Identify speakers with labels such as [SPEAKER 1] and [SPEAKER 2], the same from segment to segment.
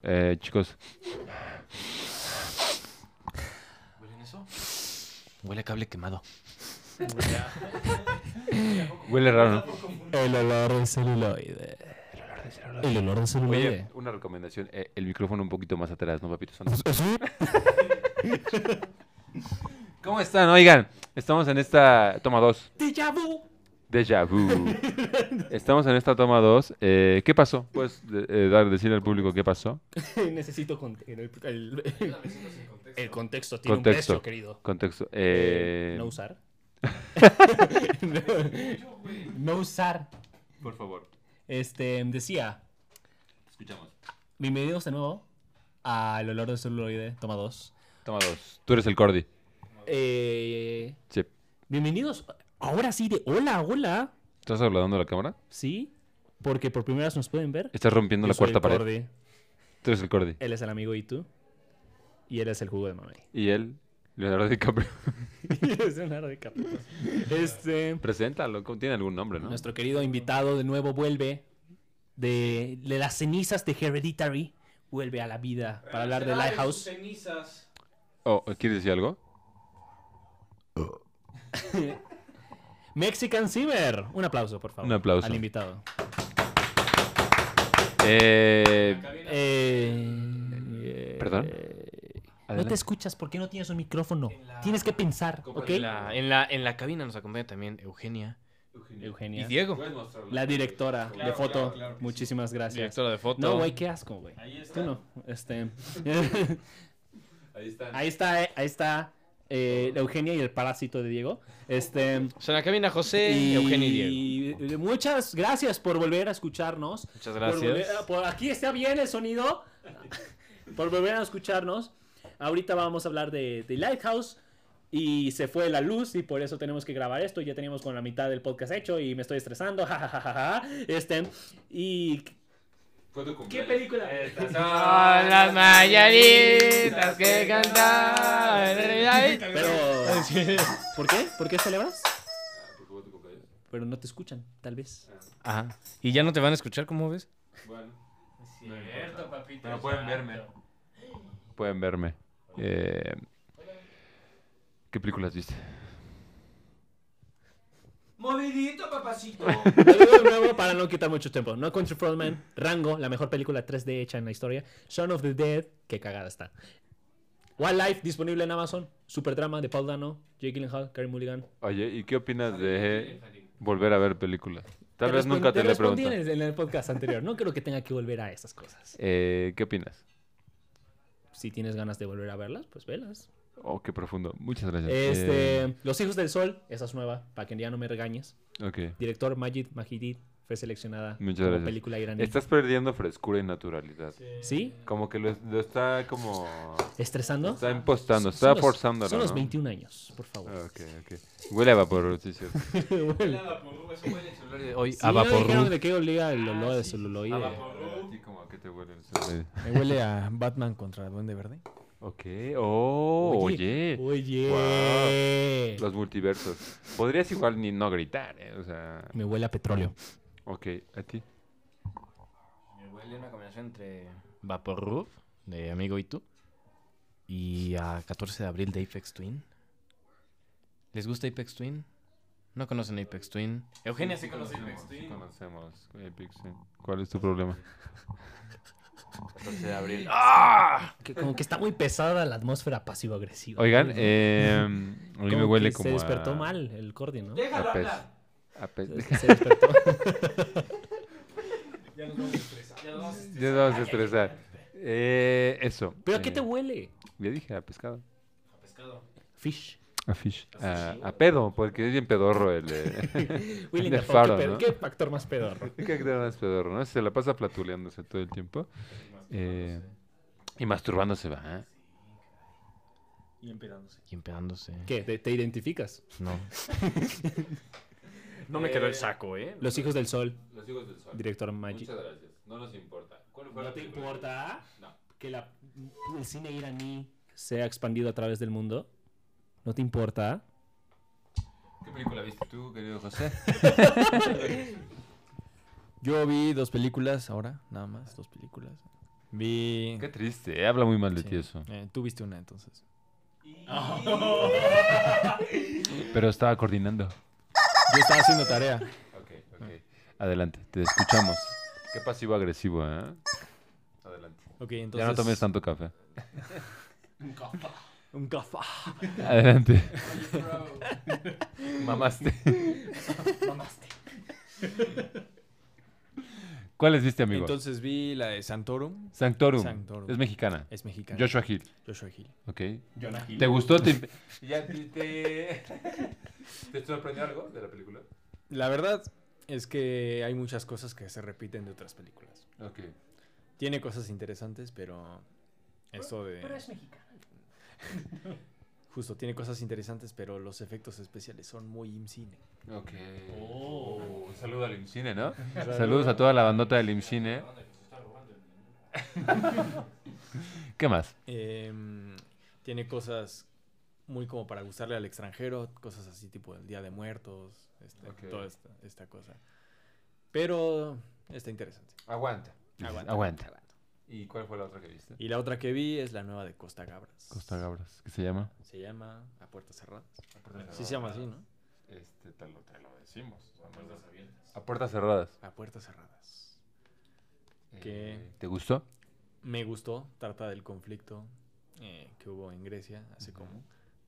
[SPEAKER 1] Eh, chicos,
[SPEAKER 2] ¿Huelen eso? Huele a cable quemado.
[SPEAKER 1] huele raro,
[SPEAKER 3] El olor de celuloide.
[SPEAKER 1] ¿no?
[SPEAKER 3] El olor de celuloide.
[SPEAKER 1] Oye, una recomendación, eh, el micrófono un poquito más atrás, ¿no, papito? santo? ¿Cómo están? Oigan, estamos en esta toma 2. Déjà vu. Estamos en esta toma 2. ¿Qué pasó? ¿Puedes eh, dar, decirle al público qué pasó?
[SPEAKER 3] Necesito con- en el, el- el contexto. Tiene
[SPEAKER 1] Contexto.
[SPEAKER 3] un precio, querido.
[SPEAKER 1] Contexto. eh,
[SPEAKER 3] No usar. no, no usar.
[SPEAKER 1] Por favor,
[SPEAKER 3] Este, decía,
[SPEAKER 1] te escuchamos.
[SPEAKER 3] bienvenidos de nuevo al olor de celuloide, toma dos.
[SPEAKER 1] Toma 2. Tú eres el Cordy.
[SPEAKER 3] Eh,
[SPEAKER 1] Sí.
[SPEAKER 3] bienvenidos, ahora sí, de hola, hola.
[SPEAKER 1] ¿Estás hablando a la cámara?
[SPEAKER 3] Sí, porque por primera vez nos pueden ver.
[SPEAKER 1] Estás rompiendo
[SPEAKER 3] Yo
[SPEAKER 1] la
[SPEAKER 3] soy
[SPEAKER 1] cuarta
[SPEAKER 3] el
[SPEAKER 1] pared.
[SPEAKER 3] Cordy,
[SPEAKER 1] Tú eres el Cordy.
[SPEAKER 3] Él es el amigo y tú. Y él es el jugo de mami.
[SPEAKER 1] Y él, Leonardo DiCaprio.
[SPEAKER 3] es Leonardo DiCaprio. Este.
[SPEAKER 1] Preséntalo, ¿cómo- tiene algún nombre, ¿no?
[SPEAKER 3] Nuestro querido invitado de nuevo vuelve de, de las cenizas de Hereditary. Vuelve a la vida para hablar de Lighthouse.
[SPEAKER 1] Oh, ¿Quieres decir algo?
[SPEAKER 3] Mexican Zimmer. Un aplauso, por favor.
[SPEAKER 1] Un aplauso.
[SPEAKER 3] Al invitado.
[SPEAKER 1] Eh,
[SPEAKER 3] Eh,
[SPEAKER 1] ¿Perdón?
[SPEAKER 3] eh, no
[SPEAKER 1] Adelante.
[SPEAKER 3] te escuchas porque no tienes un micrófono. Tienes que pensar, ¿ok?
[SPEAKER 2] En la, en, la, en la cabina nos acompaña también Eugenia y
[SPEAKER 3] Eugenia.
[SPEAKER 2] Diego,
[SPEAKER 3] La directora de foto. Muchísimas gracias.
[SPEAKER 2] directora de foto.
[SPEAKER 3] No, güey, qué asco, güey. Ahí está. Tú no. Este.
[SPEAKER 1] Ahí está.
[SPEAKER 3] Ahí está, eh, ahí está eh, la Eugenia y el parásito de Diego. Este.
[SPEAKER 2] O sea, en la cabina José, Eugenia y Diego.
[SPEAKER 3] y, eh, Muchas gracias por volver a escucharnos.
[SPEAKER 2] Muchas
[SPEAKER 3] Por volver-
[SPEAKER 2] gracias.
[SPEAKER 3] ah, por- aquí está bien el sonido. por volver a escucharnos. Ahorita vamos a hablar de, de Lighthouse. Y se fue la luz y por eso tenemos que grabar esto. Ya teníamos con la mitad del podcast hecho y me estoy estresando. jajajaja. Este. Y. ¿Qué película? ah,
[SPEAKER 2] Son las mayanitas que cantan.
[SPEAKER 3] Pero. ¿Por qué? ¿Por qué celebras? Pero no te escuchan, tal vez.
[SPEAKER 2] Ajá. ¿Y ya no te van a escuchar, cómo ves?
[SPEAKER 1] Pero pueden verme. Pueden verme. Eh, ¿Qué películas viste?
[SPEAKER 4] Movidito, papacito.
[SPEAKER 3] Saludos de nuevo para no quitar mucho tiempo. No Country for Old Men, Rango, la mejor película 3D hecha en la historia. Shaun of the Dead, qué cagada está. Wildlife, disponible en Amazon. Superdrama de Paul Dano, Jake Gyllenhaal, Carey Mulligan.
[SPEAKER 1] Oye, ¿y qué opinas de volver a ver películas? Tal vez
[SPEAKER 3] respon-
[SPEAKER 1] nunca te lo he
[SPEAKER 3] respondí
[SPEAKER 1] preguntado.
[SPEAKER 3] en el- en el podcast anterior. No creo que tenga que volver a esas cosas.
[SPEAKER 1] Eh, ¿Qué opinas?
[SPEAKER 3] Si tienes ganas de volver a verlas, pues velas.
[SPEAKER 1] Oh, qué profundo. Muchas gracias.
[SPEAKER 3] Este,
[SPEAKER 1] Eh,
[SPEAKER 3] Los Hijos del Sol, esa es nueva, para que ya no me regañes.
[SPEAKER 1] ok.
[SPEAKER 3] Director Majid Majidid fue seleccionada
[SPEAKER 1] Muchas
[SPEAKER 3] como
[SPEAKER 1] gracias.
[SPEAKER 3] película iraní.
[SPEAKER 1] Estás perdiendo frescura y naturalidad.
[SPEAKER 3] ¿Sí?
[SPEAKER 1] Como que lo, lo está como...
[SPEAKER 3] ¿Estresando?
[SPEAKER 1] Está impostando,
[SPEAKER 3] Son
[SPEAKER 1] está
[SPEAKER 3] los-
[SPEAKER 1] forzándolo,
[SPEAKER 3] Son los
[SPEAKER 1] ¿no?
[SPEAKER 3] 21 años, por favor.
[SPEAKER 1] Ah, Ok, ok. Huele a vapor, sí, sí.
[SPEAKER 2] Hoy
[SPEAKER 3] Sí, no dijeron de qué olía el
[SPEAKER 1] Ah,
[SPEAKER 3] olor de celuloide.
[SPEAKER 1] Así como a qué te huele el celular.
[SPEAKER 5] Me huele a Batman contra Duende Verde.
[SPEAKER 1] Ok, oh, oye.
[SPEAKER 3] Oye.
[SPEAKER 1] Los multiversos. Podrías igual ni no gritar, ¿eh? O sea,
[SPEAKER 3] Me huele a petróleo.
[SPEAKER 1] ok, a ti.
[SPEAKER 2] Me huele una combinación entre Vaporrup, de Amigo y tú, y a 14 de abril de Apex Twin. ¿Les gusta Apex Twin? ¿No conocen Apex Twin? Eugenia sí conoce Apex
[SPEAKER 1] Sí,
[SPEAKER 2] Twin.
[SPEAKER 1] Conocemos
[SPEAKER 3] eh,
[SPEAKER 1] Apex Twin. ¿Cuál es tu problema?
[SPEAKER 2] 14 de abril.
[SPEAKER 3] Que como que está muy pesada la atmósfera pasivo-agresiva.
[SPEAKER 1] Oigan, eh, a mí me
[SPEAKER 3] Como
[SPEAKER 1] huele
[SPEAKER 3] que
[SPEAKER 1] como
[SPEAKER 3] Se despertó
[SPEAKER 1] a-
[SPEAKER 3] mal el cordi, ¿no?
[SPEAKER 4] Déjalo
[SPEAKER 1] A pez.
[SPEAKER 4] hablar.
[SPEAKER 1] A pez.
[SPEAKER 3] Se despertó.
[SPEAKER 4] Ya nos vamos a
[SPEAKER 1] Ya nos vamos a estresar. Eh, eso.
[SPEAKER 3] ¿Pero a qué
[SPEAKER 1] eh,
[SPEAKER 3] te huele?
[SPEAKER 1] Ya dije, a pescado.
[SPEAKER 4] a pescado.
[SPEAKER 3] Fish.
[SPEAKER 1] A fish. A, a pedo, porque es bien pedorro el... eh.
[SPEAKER 3] Willing
[SPEAKER 1] De
[SPEAKER 3] Dafoe,
[SPEAKER 1] faro,
[SPEAKER 3] qué, pedo-
[SPEAKER 1] ¿no?
[SPEAKER 3] qué factor más pedorro.
[SPEAKER 1] ¿Qué actor más pedorro, no? Se la pasa flatuleándose todo el tiempo. Eh, y masturbándose va, ¿eh?
[SPEAKER 5] Y empedándose.
[SPEAKER 2] Y empedándose.
[SPEAKER 3] ¿Qué? ¿Te, te identificas?
[SPEAKER 2] No. no me quedó el saco, ¿eh?
[SPEAKER 3] Los Hijos del Sol,
[SPEAKER 1] Los hijos del sol.
[SPEAKER 3] director Majid.
[SPEAKER 1] gracias. No nos importa. ¿Cuál
[SPEAKER 3] ¿No te importa
[SPEAKER 1] No.
[SPEAKER 3] que la- el cine iraní sea expandido a través del mundo? ¿No te importa?
[SPEAKER 1] ¿Qué película viste tú, querido José?
[SPEAKER 5] Yo vi dos películas ahora, nada más, dos películas. Vi.
[SPEAKER 1] Qué triste, habla muy mal de
[SPEAKER 5] sí.
[SPEAKER 1] ti eso.
[SPEAKER 5] Eh, tú viste una entonces.
[SPEAKER 1] Pero estaba coordinando.
[SPEAKER 5] Yo estaba haciendo tarea.
[SPEAKER 1] Ok, ok. Adelante, te escuchamos. Qué pasivo agresivo, ¿eh? Adelante.
[SPEAKER 5] Ok, entonces.
[SPEAKER 1] Ya no tomes tanto café.
[SPEAKER 5] Un café.
[SPEAKER 1] Adelante. Mamaste.
[SPEAKER 3] Mamaste.
[SPEAKER 1] ¿Cuáles viste, amigo?
[SPEAKER 5] Entonces vi la de Santorum.
[SPEAKER 1] Sanctorum.
[SPEAKER 5] Sanctorum.
[SPEAKER 1] Es mexicana.
[SPEAKER 5] Es mexicana.
[SPEAKER 1] Joshua Hill.
[SPEAKER 5] Joshua Hill.
[SPEAKER 1] Ok.
[SPEAKER 5] Jonah
[SPEAKER 1] ¿Te gustó? ¿Te, ya, te, te... ¿Te sorprendió algo de la película?
[SPEAKER 5] La verdad es que hay muchas cosas que se repiten de otras películas.
[SPEAKER 1] Ok.
[SPEAKER 5] Tiene cosas interesantes, pero. Esto de.
[SPEAKER 3] Pero es mexicana.
[SPEAKER 5] Justo, tiene cosas interesantes, pero los efectos especiales son muy IMCINE.
[SPEAKER 1] Ok.
[SPEAKER 3] Oh.
[SPEAKER 1] Un saludo al IMCINE, ¿no? Saludos a toda la bandota del IMCINE. ¿Qué más?
[SPEAKER 5] Em, tiene cosas muy como para gustarle al extranjero, cosas así tipo el Día de Muertos, este,
[SPEAKER 1] Ok.
[SPEAKER 5] toda esta, esta cosa. Pero está interesante.
[SPEAKER 1] Aguanta. Aguanta.
[SPEAKER 5] Aguanta.
[SPEAKER 1] ¿Y cuál fue la otra que viste?
[SPEAKER 5] Y la otra que vi es la nueva de Costa Gabras.
[SPEAKER 1] Costa Gabras. ¿Qué se llama?
[SPEAKER 5] Se llama A Puertas Cerradas. Sí se llama así, ¿no?
[SPEAKER 1] Este, te lo, te lo decimos. A puertas cerradas. A puertas cerradas.
[SPEAKER 5] A Puertas Cerradas.
[SPEAKER 1] ¿Qué?
[SPEAKER 5] ¿Qué?
[SPEAKER 1] ¿Te gustó?
[SPEAKER 5] Me gustó, trata del conflicto eh, que hubo en Grecia hace como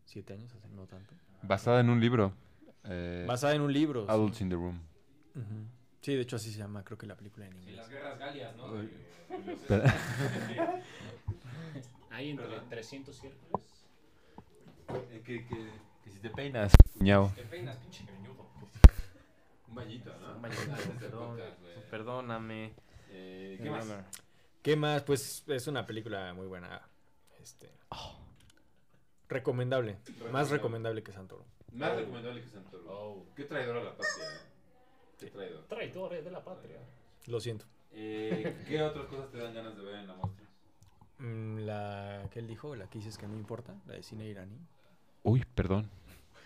[SPEAKER 5] siete años, hace no tanto.
[SPEAKER 1] Basada en un libro. Eh,
[SPEAKER 5] Basada en un libro. sí.
[SPEAKER 1] Adults in the Room.
[SPEAKER 5] Ujú. Sí, de hecho así se llama, creo que la película en
[SPEAKER 4] Y
[SPEAKER 5] inglés.
[SPEAKER 4] las guerras galias, ¿no?
[SPEAKER 1] Uy.
[SPEAKER 4] De- de los-
[SPEAKER 1] Espera.
[SPEAKER 3] Hay entre 300 círculos.
[SPEAKER 1] que, Eh, que, si te peinas.
[SPEAKER 4] Te peinas, pinche greñudo.
[SPEAKER 1] Un bañito, ¿no?
[SPEAKER 2] Un bañito, perdón. Perdóname.
[SPEAKER 1] Eh, ¿Qué más?
[SPEAKER 5] ¿Qué más? Pues es una película muy buena. Este. Recomendable. Más recomendable que Santoro.
[SPEAKER 1] Más recomendable que Santoro. Qué traidor a la patria. ¿eh? Qué traidor.
[SPEAKER 3] Traidores de la patria.
[SPEAKER 5] Lo siento.
[SPEAKER 1] Eh, ¿Qué otras cosas te dan ganas de ver en la muestra?
[SPEAKER 5] Mm, La que él dijo, la que dices que no importa, la de cine iraní.
[SPEAKER 1] Uy, perdón.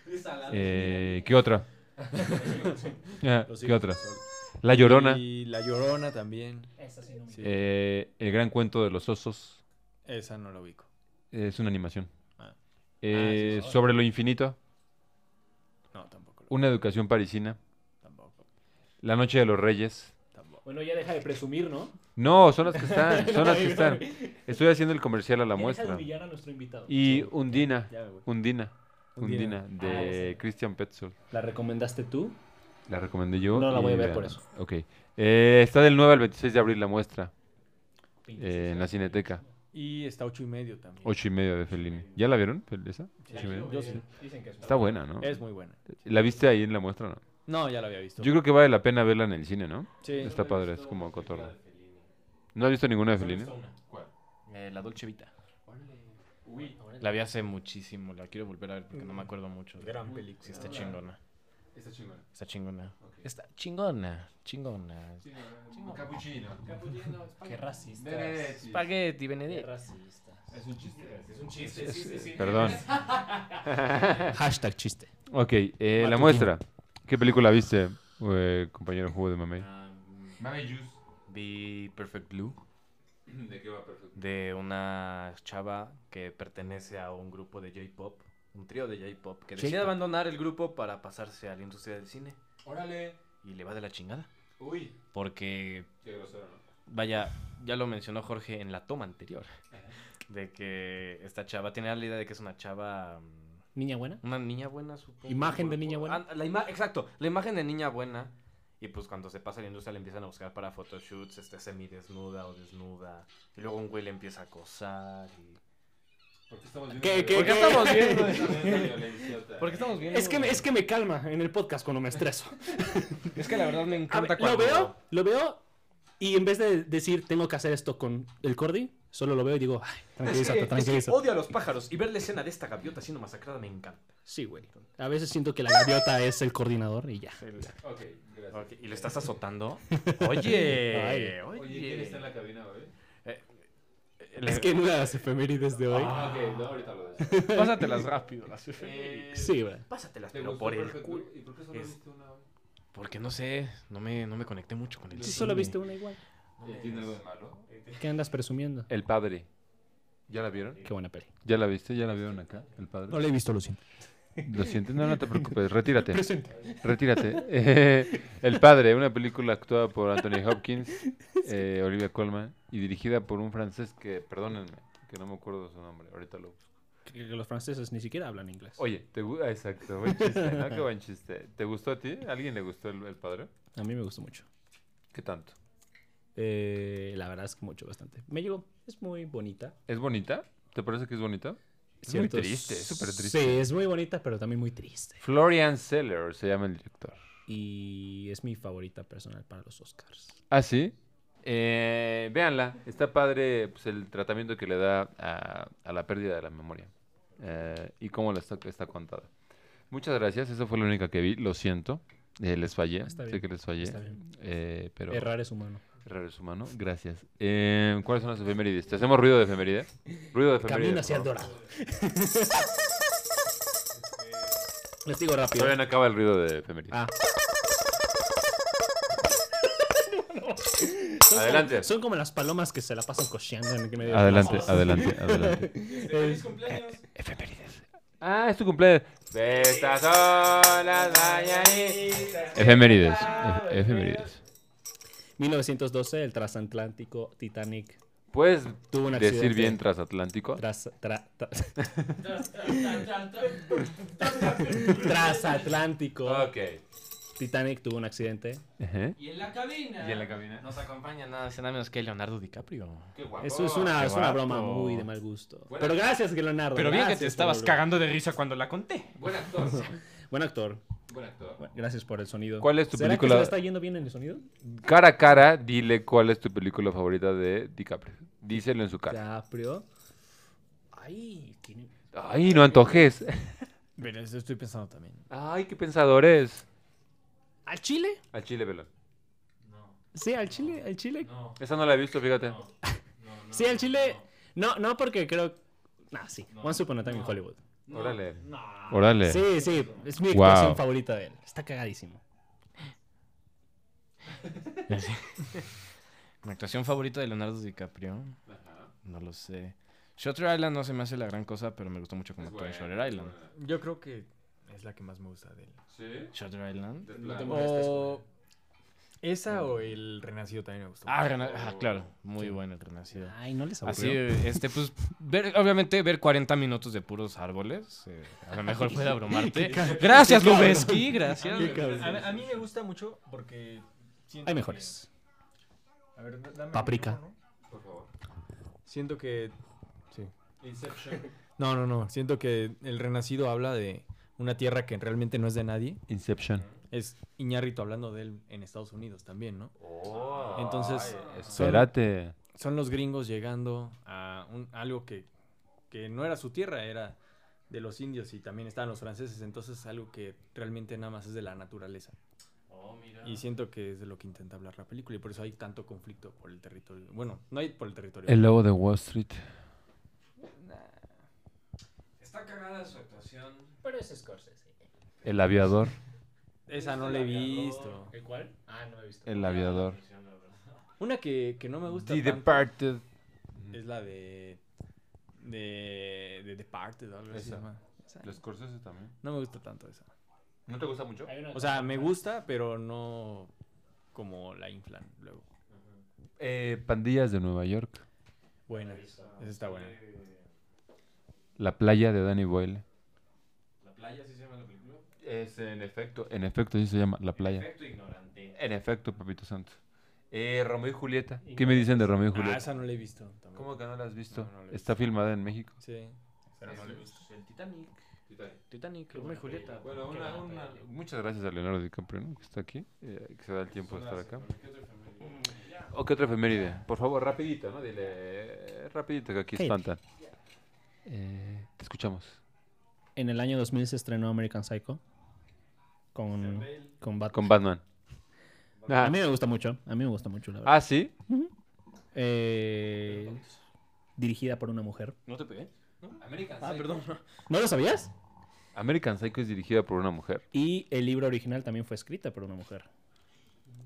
[SPEAKER 4] Esa la-
[SPEAKER 1] Eh, ¿Qué otra? Ah,
[SPEAKER 5] Los
[SPEAKER 1] ¿Qué
[SPEAKER 5] hijos
[SPEAKER 1] otra?
[SPEAKER 5] del sol.
[SPEAKER 1] La Llorona.
[SPEAKER 5] Y La Llorona también.
[SPEAKER 3] Esa sí no me
[SPEAKER 5] Sí.
[SPEAKER 1] Eh, el gran cuento de los osos.
[SPEAKER 5] Esa no la ubico.
[SPEAKER 1] Es una animación.
[SPEAKER 5] Ah.
[SPEAKER 1] Eh,
[SPEAKER 5] Ah, sí, sí.
[SPEAKER 1] sobre lo infinito.
[SPEAKER 5] No, tampoco. la-
[SPEAKER 1] Una educación parisina.
[SPEAKER 5] Tampoco.
[SPEAKER 1] La noche de los reyes.
[SPEAKER 5] Tampoco.
[SPEAKER 3] Bueno, ya deja de presumir, ¿no?
[SPEAKER 1] No, son las que están. Son las que están. Estoy haciendo el comercial a la
[SPEAKER 3] Ya Deja de
[SPEAKER 1] muestra.
[SPEAKER 3] humillar a nuestro invitado.
[SPEAKER 1] Y Undina.
[SPEAKER 3] Ya me voy.
[SPEAKER 1] Undina.
[SPEAKER 5] Undina.
[SPEAKER 1] Undina,
[SPEAKER 3] Ah,
[SPEAKER 1] de
[SPEAKER 3] esa.
[SPEAKER 1] Christian Petzold.
[SPEAKER 3] ¿La recomendaste tú?
[SPEAKER 1] La recomendé yo.
[SPEAKER 3] No la voy a
[SPEAKER 1] y
[SPEAKER 3] ver por
[SPEAKER 1] vean.
[SPEAKER 3] eso.
[SPEAKER 1] Ok. Eh, está del 9 al 26 de abril la muestra. eh, en la Cineteca.
[SPEAKER 5] Y está ocho y medio también.
[SPEAKER 1] 8 y media de Fellini. ¿Ya la vieron? Fel- esa?
[SPEAKER 5] Sí,
[SPEAKER 1] Ocho y medio.
[SPEAKER 5] yo sí.
[SPEAKER 3] Dicen que es
[SPEAKER 1] Está buena, ¿no?
[SPEAKER 5] Es muy buena.
[SPEAKER 1] ¿La viste ahí en la muestra, no?
[SPEAKER 5] No, ya la había visto.
[SPEAKER 1] Yo creo que vale la pena verla en el cine, ¿no?
[SPEAKER 5] Sí.
[SPEAKER 1] Está padre, es como cotorra. ¿No has visto ninguna de Fellini?
[SPEAKER 2] Eh, la Dolce Vita. La vi hace muchísimo. La quiero volver a ver porque no
[SPEAKER 3] Mm.
[SPEAKER 2] me acuerdo mucho. de-
[SPEAKER 5] Gran
[SPEAKER 2] Sí,
[SPEAKER 5] película.
[SPEAKER 2] está chingona.
[SPEAKER 1] Está chingona.
[SPEAKER 2] Está chingona. Está chingona. Chingona.
[SPEAKER 1] Capuchino.
[SPEAKER 3] Qué racista.
[SPEAKER 2] Spaghetti
[SPEAKER 3] Qué
[SPEAKER 2] Benedict.
[SPEAKER 3] racista.
[SPEAKER 4] Es un chiste. Es un chiste.
[SPEAKER 1] Es-
[SPEAKER 4] sí, sí, sí.
[SPEAKER 1] Perdón.
[SPEAKER 2] Hashtag chiste.
[SPEAKER 1] Ok, eh, la
[SPEAKER 2] Matutino.
[SPEAKER 1] muestra. ¿Qué película viste, eh, compañero Jugo de Ah, Mamey?
[SPEAKER 2] Mame Vi Perfect Blue
[SPEAKER 1] ¿De qué va perfecto?
[SPEAKER 2] de una chava que pertenece a un grupo de J-pop, un trío de J-pop, que decide abandonar el grupo para pasarse a la industria del cine
[SPEAKER 1] Órale.
[SPEAKER 2] y le va de la chingada.
[SPEAKER 1] Uy,
[SPEAKER 2] Porque,
[SPEAKER 1] qué grosero, ¿no?
[SPEAKER 2] vaya, ya lo mencionó Jorge en la toma anterior, de que esta chava tiene la idea de que es una chava... mm,
[SPEAKER 3] Niña buena.
[SPEAKER 2] Una niña buena, supongo.
[SPEAKER 3] Imagen de niña buena.
[SPEAKER 2] Ah, la ima- Exacto, la imagen de niña buena. Y pues cuando se pasa a la industria le empiezan a buscar para photoshoots, este semidesnuda o desnuda. Y luego un güey le empieza a acosar. Y...
[SPEAKER 1] ¿Por qué estamos viendo?
[SPEAKER 3] ¿Qué,
[SPEAKER 1] esa
[SPEAKER 3] qué,
[SPEAKER 1] violencia?
[SPEAKER 3] qué?
[SPEAKER 2] estamos
[SPEAKER 1] ¿Por
[SPEAKER 2] viendo
[SPEAKER 1] qué esa violencia?
[SPEAKER 2] Porque estamos viendo.
[SPEAKER 3] Es que, me, es que me calma en el podcast cuando me estreso.
[SPEAKER 2] Es que la verdad me
[SPEAKER 3] A
[SPEAKER 2] encanta
[SPEAKER 3] ver, lo veo, lo veo y en vez de decir tengo que hacer esto con el Cordy, solo lo veo y digo, "Ay, tranquilízate, tranquilízate.
[SPEAKER 2] odio a los pájaros y ver la escena de esta gaviota siendo masacrada me encanta.
[SPEAKER 3] Sí, güey. A veces siento que la gaviota es el coordinador y ya.
[SPEAKER 1] Eh, Ok, gracias.
[SPEAKER 2] Ok, ¿Y lo estás azotando? Oye,
[SPEAKER 3] Ay.
[SPEAKER 2] oye.
[SPEAKER 1] Oye, ¿quién está en la cabina hoy?
[SPEAKER 3] Es que en una de las efemérides de hoy.
[SPEAKER 1] Ah, ok, no, ahorita lo decimos.
[SPEAKER 2] Pásatelas rápido, las
[SPEAKER 1] Eh,
[SPEAKER 3] Sí, güey.
[SPEAKER 2] Pásatelas,
[SPEAKER 1] ¿Te
[SPEAKER 2] pero
[SPEAKER 1] gustó
[SPEAKER 2] por el
[SPEAKER 1] Perfect Blue?
[SPEAKER 2] culo.
[SPEAKER 1] ¿Y por qué solo
[SPEAKER 2] Es-
[SPEAKER 1] viste una vez?
[SPEAKER 2] Porque no sé, no me, no me conecté mucho con el
[SPEAKER 3] Sí, solo
[SPEAKER 2] cine.
[SPEAKER 3] viste una igual.
[SPEAKER 1] ¿Tiene algo de malo?
[SPEAKER 3] ¿Qué andas presumiendo?
[SPEAKER 1] El padre. ¿Ya la vieron?
[SPEAKER 3] Qué buena peli.
[SPEAKER 1] ¿Ya la viste? ¿Ya la vieron acá? El padre.
[SPEAKER 5] No le he visto, lo siento.
[SPEAKER 1] Lo siento, no, no te preocupes, retírate. Retírate. Eh, El Padre, una película actuada por Anthony Hopkins, eh, Olivia Colman, y dirigida por un francés que, perdónenme, que no me acuerdo su nombre, ahorita lo busco.
[SPEAKER 3] Que los franceses ni siquiera hablan inglés.
[SPEAKER 1] Oye, te gu- ah, exacto, buen chiste, ¿no? Qué buen chiste. ¿Te gustó a ti? ¿A alguien le gustó El, El Padre?
[SPEAKER 3] A mí me gustó mucho.
[SPEAKER 1] ¿Qué tanto?
[SPEAKER 3] Eh, la verdad es que mucho, bastante. Me llegó. Es muy bonita.
[SPEAKER 1] ¿Es bonita? ¿Te parece que es bonita? Es muy
[SPEAKER 3] Ciertos-
[SPEAKER 1] triste, es súper triste.
[SPEAKER 3] Sí, es muy bonita, pero también muy triste.
[SPEAKER 1] Florian Seller se llama el director.
[SPEAKER 3] Y es mi favorita personal para los Oscars.
[SPEAKER 1] ¿Ah, sí? Eh, véanla. Está padre pues, el tratamiento que le da a, a la pérdida de la memoria. eh, y cómo la está, está contada. Muchas gracias. Esa fue la única que vi. Lo siento. Eh, les fallé.
[SPEAKER 3] Está
[SPEAKER 1] sé
[SPEAKER 3] bien,
[SPEAKER 1] que les fallé.
[SPEAKER 3] está bien.
[SPEAKER 1] eh, pero
[SPEAKER 3] Errar es humano.
[SPEAKER 1] errar es humano. Gracias. Eh, ¿Cuáles son las efemérides? ¿Te hacemos ruido de efeméride? Ruido de efeméride.
[SPEAKER 3] Camino
[SPEAKER 1] por
[SPEAKER 3] hacia el
[SPEAKER 1] favor.
[SPEAKER 3] dorado. Les digo rápido.
[SPEAKER 1] Todavía no acaba el ruido de efeméride.
[SPEAKER 3] Ah. Son como-
[SPEAKER 1] Adelante.
[SPEAKER 3] son como las palomas que se la pasan cocheando en el medio del
[SPEAKER 1] Adelante,
[SPEAKER 3] campo.
[SPEAKER 1] adelante, adelante.
[SPEAKER 4] ¡Feliz cumpleaños!
[SPEAKER 1] Efemérides. Ah, es tu cumpleaños. Estas son las mañanitas. Efemérides. ef- Efemérides.
[SPEAKER 3] 1912, el transatlántico Titanic
[SPEAKER 1] Puedes
[SPEAKER 3] tuvo un accidente.
[SPEAKER 1] decir bien transatlántico.
[SPEAKER 3] Tras, tra- tra- transatlántico. Titanic tuvo un accidente.
[SPEAKER 1] Ajá.
[SPEAKER 4] Y en la cabina.
[SPEAKER 1] ¿Y en la cabina?
[SPEAKER 4] Nos acompaña nada.
[SPEAKER 2] Nada, nada menos que Leonardo DiCaprio.
[SPEAKER 3] Eso es una,
[SPEAKER 1] qué
[SPEAKER 3] es una broma
[SPEAKER 2] guapo.
[SPEAKER 3] muy de mal gusto.
[SPEAKER 1] Buena-
[SPEAKER 3] Pero gracias, Leonardo.
[SPEAKER 2] Pero bien que te
[SPEAKER 3] gracias,
[SPEAKER 2] estabas
[SPEAKER 3] Pablo.
[SPEAKER 2] cagando de risa cuando la conté.
[SPEAKER 1] Buen actor.
[SPEAKER 3] Buen actor.
[SPEAKER 1] Buen actor.
[SPEAKER 3] Bueno, gracias por el sonido.
[SPEAKER 1] ¿Cuál es tu
[SPEAKER 3] ¿Será
[SPEAKER 1] película-
[SPEAKER 3] que se le está yendo bien en el sonido?
[SPEAKER 1] Cara a cara, dile cuál es tu película favorita de DiCaprio. Díselo en su cara.
[SPEAKER 3] DiCaprio. Ay, tiene...
[SPEAKER 1] Ay, no antojes.
[SPEAKER 5] Pero eso estoy pensando también.
[SPEAKER 1] Ay, qué pensadores.
[SPEAKER 3] ¿Al Chile?
[SPEAKER 1] Al chile, pelón.
[SPEAKER 3] Sí, al Chile, al Chile.
[SPEAKER 1] Esa no la he visto, fíjate.
[SPEAKER 3] sí, al Chile. No, no, porque creo. No, sí. Once Upon a Time in Hollywood.
[SPEAKER 1] Órale. Órale.
[SPEAKER 3] Sí, sí. Es mi
[SPEAKER 1] Wow.
[SPEAKER 3] actuación favorita de él. Está cagadísimo.
[SPEAKER 2] Mi actuación favorita de Leonardo DiCaprio. No lo sé. Shutter Island no se me hace la gran cosa, pero me gustó mucho como actúa en Shutter Island.
[SPEAKER 5] Yo creo que es la que más me gusta de él.
[SPEAKER 1] Sí.
[SPEAKER 2] Shutter Island.
[SPEAKER 5] O... Esa o el Renacido también me gustó.
[SPEAKER 2] Ah, Rena-
[SPEAKER 1] Oh.
[SPEAKER 2] ah, claro. Muy bueno el Renacido.
[SPEAKER 3] Ay, no les
[SPEAKER 2] Así,
[SPEAKER 3] aburrió.
[SPEAKER 2] este, pues, ver, obviamente ver 40 minutos de puros árboles, eh, a lo mejor puede abrumarte. Gracias, Lubeski, gracias.
[SPEAKER 3] Qué cabrón.
[SPEAKER 5] a, a mí me gusta mucho porque... siento
[SPEAKER 3] Hay
[SPEAKER 5] que-
[SPEAKER 3] mejores.
[SPEAKER 5] A ver, d- dame
[SPEAKER 3] Paprika.
[SPEAKER 5] uno, ¿no?
[SPEAKER 1] Por favor.
[SPEAKER 5] Siento que... Sí.
[SPEAKER 4] Inception.
[SPEAKER 5] No, no, no. Siento que el Renacido habla de una tierra que realmente no es de nadie.
[SPEAKER 1] Inception.
[SPEAKER 5] Es Iñárritu hablando de él en Estados Unidos también, ¿no? Entonces, son-
[SPEAKER 1] Espérate.
[SPEAKER 5] son los gringos llegando a un- algo que, que no era su tierra, era de los indios y también estaban los franceses, entonces algo que realmente nada más es de la naturaleza.
[SPEAKER 4] Oh, mira.
[SPEAKER 5] Y siento que es de lo que intenta hablar la película y por eso hay tanto conflicto por el territorio. Bueno, no hay por el territorio.
[SPEAKER 1] El lobo de Wall Street.
[SPEAKER 4] Está cagada su actuación.
[SPEAKER 3] Pero es Scorsese.
[SPEAKER 1] El aviador.
[SPEAKER 5] Esa no la he visto.
[SPEAKER 3] ¿El cuál? Ah, no he visto.
[SPEAKER 1] El aviador.
[SPEAKER 5] Una que, que no me gusta
[SPEAKER 1] The
[SPEAKER 5] tanto
[SPEAKER 1] Departed.
[SPEAKER 5] es la de... De... De Departed o algo así se
[SPEAKER 1] Esa.
[SPEAKER 5] llama. Esa.
[SPEAKER 1] Los Scorsese también.
[SPEAKER 5] No me gusta tanto esa.
[SPEAKER 1] ¿No te gusta mucho?
[SPEAKER 3] Ah,
[SPEAKER 5] O sea, me gusta, pero no como la inflan luego.
[SPEAKER 1] Eh, Pandillas de Nueva York.
[SPEAKER 5] Buena. Esa está buena.
[SPEAKER 1] La playa de Danny Boyle.
[SPEAKER 4] La playa sí se llama la película.
[SPEAKER 1] Es en efecto. En efecto, así se llama. La playa.
[SPEAKER 4] Efecto ignorante.
[SPEAKER 1] En efecto, papito santo. Eh, Romeo y Julieta. ¿Qué me dicen de Romeo y
[SPEAKER 5] Ah,
[SPEAKER 1] Julieta?
[SPEAKER 5] esa no la he visto. tampoco.
[SPEAKER 1] ¿Cómo que no la has visto?
[SPEAKER 5] No, no la he
[SPEAKER 1] Está filmada en México.
[SPEAKER 5] Sí.
[SPEAKER 4] El Titanic.
[SPEAKER 2] Titanic, Romeo y Julieta.
[SPEAKER 1] Bueno, muchas gracias a Leonardo DiCaprio, ¿no? que está aquí, eh, que se da el tiempo de estar acá. ¿O qué otra efeméride? Por favor, rapidito, ¿no? Dile, eh, rapidito, que aquí
[SPEAKER 3] Cállate.
[SPEAKER 1] espantan. Eh, te escuchamos.
[SPEAKER 3] En el año 2000 se estrenó American Psycho. Con, con Batman.
[SPEAKER 1] Con Batman.
[SPEAKER 3] A
[SPEAKER 1] Ah,
[SPEAKER 3] mí me gusta mucho. A mí me gusta mucho, la verdad.
[SPEAKER 1] ah, sí.
[SPEAKER 3] Eh, dirigida por una mujer.
[SPEAKER 2] ¿No te pegué?
[SPEAKER 4] American Ah, perdón.
[SPEAKER 3] ¿No lo sabías?
[SPEAKER 1] American Psycho es dirigida por una mujer.
[SPEAKER 3] Y el libro original también fue escrita por una mujer.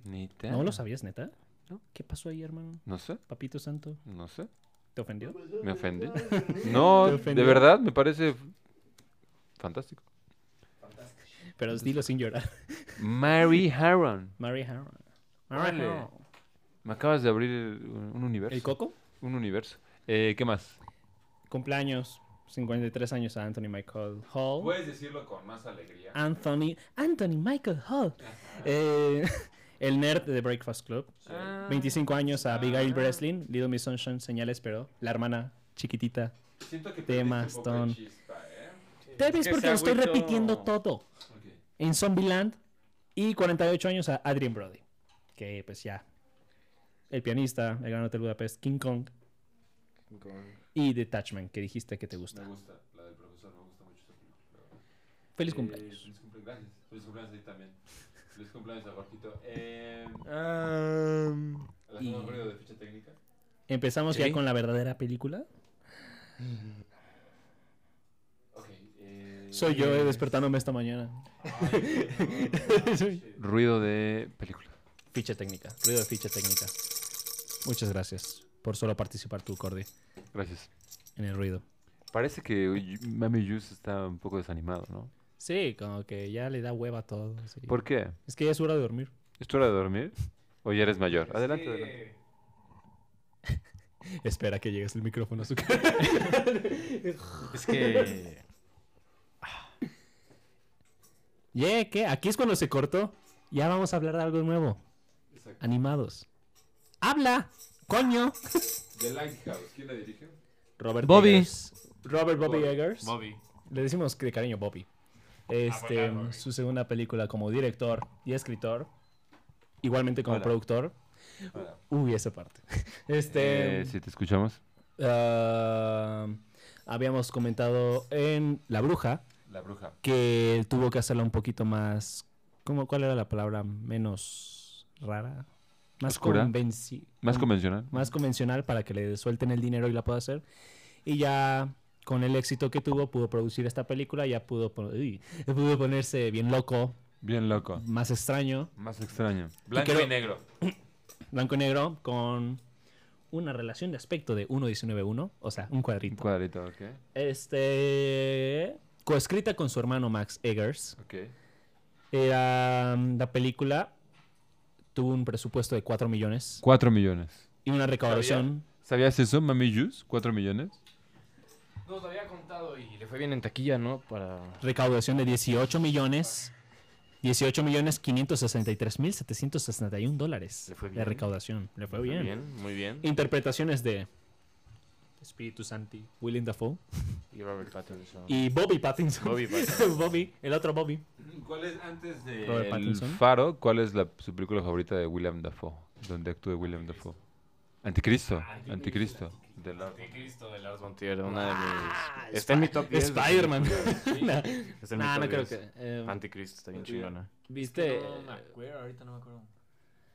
[SPEAKER 1] Nita.
[SPEAKER 3] ¿No lo sabías, neta? ¿No? ¿Qué pasó ahí, hermano?
[SPEAKER 1] No sé,
[SPEAKER 3] Papito Santo,
[SPEAKER 1] no sé.
[SPEAKER 3] ¿te ofendió?
[SPEAKER 1] Me ofendí. No,
[SPEAKER 3] Te
[SPEAKER 1] de
[SPEAKER 3] ofendió.
[SPEAKER 1] verdad, me parece fantástico.
[SPEAKER 3] Pero dilo sin llorar.
[SPEAKER 1] Mary Harron.
[SPEAKER 3] Mary Harron.
[SPEAKER 1] Órale. Me acabas de abrir el- un universo.
[SPEAKER 3] ¿El Coco?
[SPEAKER 1] Un universo. Eh, ¿Qué más?
[SPEAKER 3] Cumpleaños. 53 años a Anthony Michael Hall.
[SPEAKER 1] decirlo con más alegría.
[SPEAKER 3] Ah, Anthony, Anthony Michael Hall. Eh, el nerd de Breakfast Club.
[SPEAKER 5] Ah.
[SPEAKER 3] 25 años a Abigail Breslin. Little Miss Sunshine, señales, pero la hermana chiquitita.
[SPEAKER 1] Siento que
[SPEAKER 3] perdiste un poco de Stone.
[SPEAKER 1] ¿eh?
[SPEAKER 3] Tal vez
[SPEAKER 5] que
[SPEAKER 3] porque
[SPEAKER 5] se
[SPEAKER 3] lo estoy
[SPEAKER 5] agüitó.
[SPEAKER 3] repitiendo todo. En Zombieland. Y 48 años a Adrian Brody. Que pues ya. El pianista, el gran hotel Budapest, King Kong. Y Detachment, que dijiste que te gusta.
[SPEAKER 1] gusta la del profesor, me gusta mucho esa película. Eh,
[SPEAKER 3] Feliz cumpleaños.
[SPEAKER 1] Feliz cumpleaños, gracias. Feliz cumpleaños a ti también. Feliz cumpleaños a Jorgito. Eh, ¿La
[SPEAKER 2] hacemos ruido
[SPEAKER 1] de ficha técnica?
[SPEAKER 3] Empezamos
[SPEAKER 2] Sí.
[SPEAKER 3] ya con la verdadera película.
[SPEAKER 1] Ok.
[SPEAKER 3] Soy yo eh, despertándome esta mañana.
[SPEAKER 1] Ruido de película.
[SPEAKER 3] Ficha técnica, ruido de ficha técnica. Muchas gracias por solo participar tú, Cordy,
[SPEAKER 1] Gracias.
[SPEAKER 3] en el ruido.
[SPEAKER 1] Parece que Yu- Mami Yus está un poco desanimado, ¿no?
[SPEAKER 3] Sí, como que ya le da hueva a todo. sí.
[SPEAKER 1] ¿Por qué?
[SPEAKER 3] Es que ya es hora de dormir.
[SPEAKER 1] ¿Es tu hora de dormir? ¿O ya eres mayor? Adelante, adelante.
[SPEAKER 3] Espera que llegues el micrófono a su cara.
[SPEAKER 2] Es que.
[SPEAKER 3] Yeah, ¿qué? Aquí es cuando se cortó. Ya vamos a hablar de algo nuevo. Animados. ¡Habla! ¡Coño!
[SPEAKER 1] The Lighthouse, ¿quién la dirige?
[SPEAKER 3] Robert
[SPEAKER 5] Bobby.
[SPEAKER 3] Eggers. Robert Bobby Eggers.
[SPEAKER 2] Bobby.
[SPEAKER 3] Le decimos que de cariño Bobby.
[SPEAKER 1] Ah, pues
[SPEAKER 3] Este, su segunda película como director y escritor, igualmente como
[SPEAKER 1] Hola.
[SPEAKER 3] productor. Uy, esa parte. Este,
[SPEAKER 1] Eh, si te escuchamos.
[SPEAKER 3] ah, habíamos comentado en La Bruja
[SPEAKER 1] La bruja.
[SPEAKER 3] que él tuvo que hacerla un poquito más, ¿cómo, ¿cuál era la palabra? Menos rara, más
[SPEAKER 1] Oscura.
[SPEAKER 3] convenci-
[SPEAKER 1] ¿Más
[SPEAKER 3] con-
[SPEAKER 1] convencional?
[SPEAKER 3] más convencional para que le suelten el dinero y la pueda hacer. Y ya con el éxito que tuvo pudo producir esta película, ya pudo, pon- uy, pudo ponerse bien loco,
[SPEAKER 1] Bien loco.
[SPEAKER 3] más extraño,
[SPEAKER 1] Más extraño.
[SPEAKER 3] Blanco y creo-
[SPEAKER 1] negro.
[SPEAKER 3] blanco y negro, con una relación de aspecto de 1.19.1, o sea, un
[SPEAKER 1] Un
[SPEAKER 3] cuadrito.
[SPEAKER 1] cuadrito, ok.
[SPEAKER 3] Este, coescrita con su hermano Max Eggers.
[SPEAKER 1] Ok.
[SPEAKER 3] Era, mm, la película tuvo un presupuesto de 4 millones
[SPEAKER 1] Cuatro millones.
[SPEAKER 3] y una recaudación.
[SPEAKER 1] ¿Sabías eso, Mami Yus? ¿Cuatro millones?
[SPEAKER 2] Nos había contado y le fue bien en taquilla, ¿no? Para.
[SPEAKER 3] recaudación de 18 millones 18 millones 563 mil 761 dólares
[SPEAKER 2] Le fue
[SPEAKER 3] de
[SPEAKER 2] bien.
[SPEAKER 3] recaudación. Le fue bien.
[SPEAKER 2] Muy bien, muy bien.
[SPEAKER 3] Interpretaciones de Espíritu Santi, Willem Dafoe
[SPEAKER 2] Y Robert Pattinson.
[SPEAKER 3] y Bobby Pattinson.
[SPEAKER 2] Bobby Pattinson.
[SPEAKER 3] Bobby, el otro Bobby.
[SPEAKER 1] ¿Cuál es antes de
[SPEAKER 3] Robert
[SPEAKER 1] El
[SPEAKER 3] Pattinson?
[SPEAKER 1] Faro? ¿Cuál es la, su película favorita de William Dafoe? Donde actúa William Dafoe. Anticristo. Ah, Anticristo. De la-
[SPEAKER 2] Cristo de Lars von Trier, una de
[SPEAKER 3] Ah,
[SPEAKER 2] mis. Está en mi top 10. de
[SPEAKER 3] Spider-Man.
[SPEAKER 2] películas. Sí, Está en mi
[SPEAKER 3] Nah,
[SPEAKER 2] top
[SPEAKER 3] no creo
[SPEAKER 2] 10.
[SPEAKER 3] que. eh,
[SPEAKER 2] Anticristo está bien chingona.
[SPEAKER 3] ¿Viste,
[SPEAKER 5] No me acuerdo, ahorita no me acuerdo.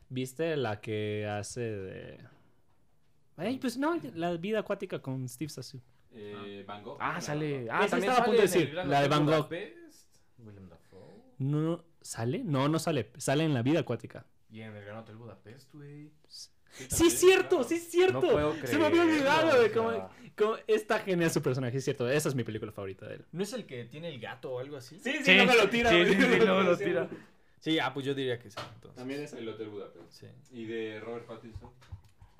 [SPEAKER 3] ¿Viste la que hace de. Ay, pues no, la vida acuática con Steve Zissou.
[SPEAKER 2] Ah, sale. Ah,
[SPEAKER 3] Esa
[SPEAKER 2] también
[SPEAKER 3] estaba a
[SPEAKER 2] sale en el
[SPEAKER 3] punto de decir,
[SPEAKER 2] Gran
[SPEAKER 3] la de
[SPEAKER 2] Hotel
[SPEAKER 3] Van Gogh.
[SPEAKER 2] Budapest, William Dafoe.
[SPEAKER 3] No, ¿Sale? No, no sale. Sale en la vida acuática.
[SPEAKER 2] Y en el Gran Hotel Budapest, güey.
[SPEAKER 3] Sí, es cierto, sí, es cierto.
[SPEAKER 2] No puedo
[SPEAKER 3] Se me había
[SPEAKER 2] creerlo,
[SPEAKER 3] olvidado de cómo,
[SPEAKER 2] o sea.
[SPEAKER 3] cómo está genial su personaje, es cierto. Esa es mi película favorita de él.
[SPEAKER 5] ¿No es el que tiene el gato o algo así?
[SPEAKER 3] Sí,
[SPEAKER 2] Sí, sí, sí, sí, luego lo
[SPEAKER 3] Sí.
[SPEAKER 2] tira.
[SPEAKER 5] Sí, ah, pues yo diría que sí. Entonces.
[SPEAKER 1] También es el Hotel Budapest.
[SPEAKER 5] Sí.
[SPEAKER 1] ¿Y de Robert Pattinson?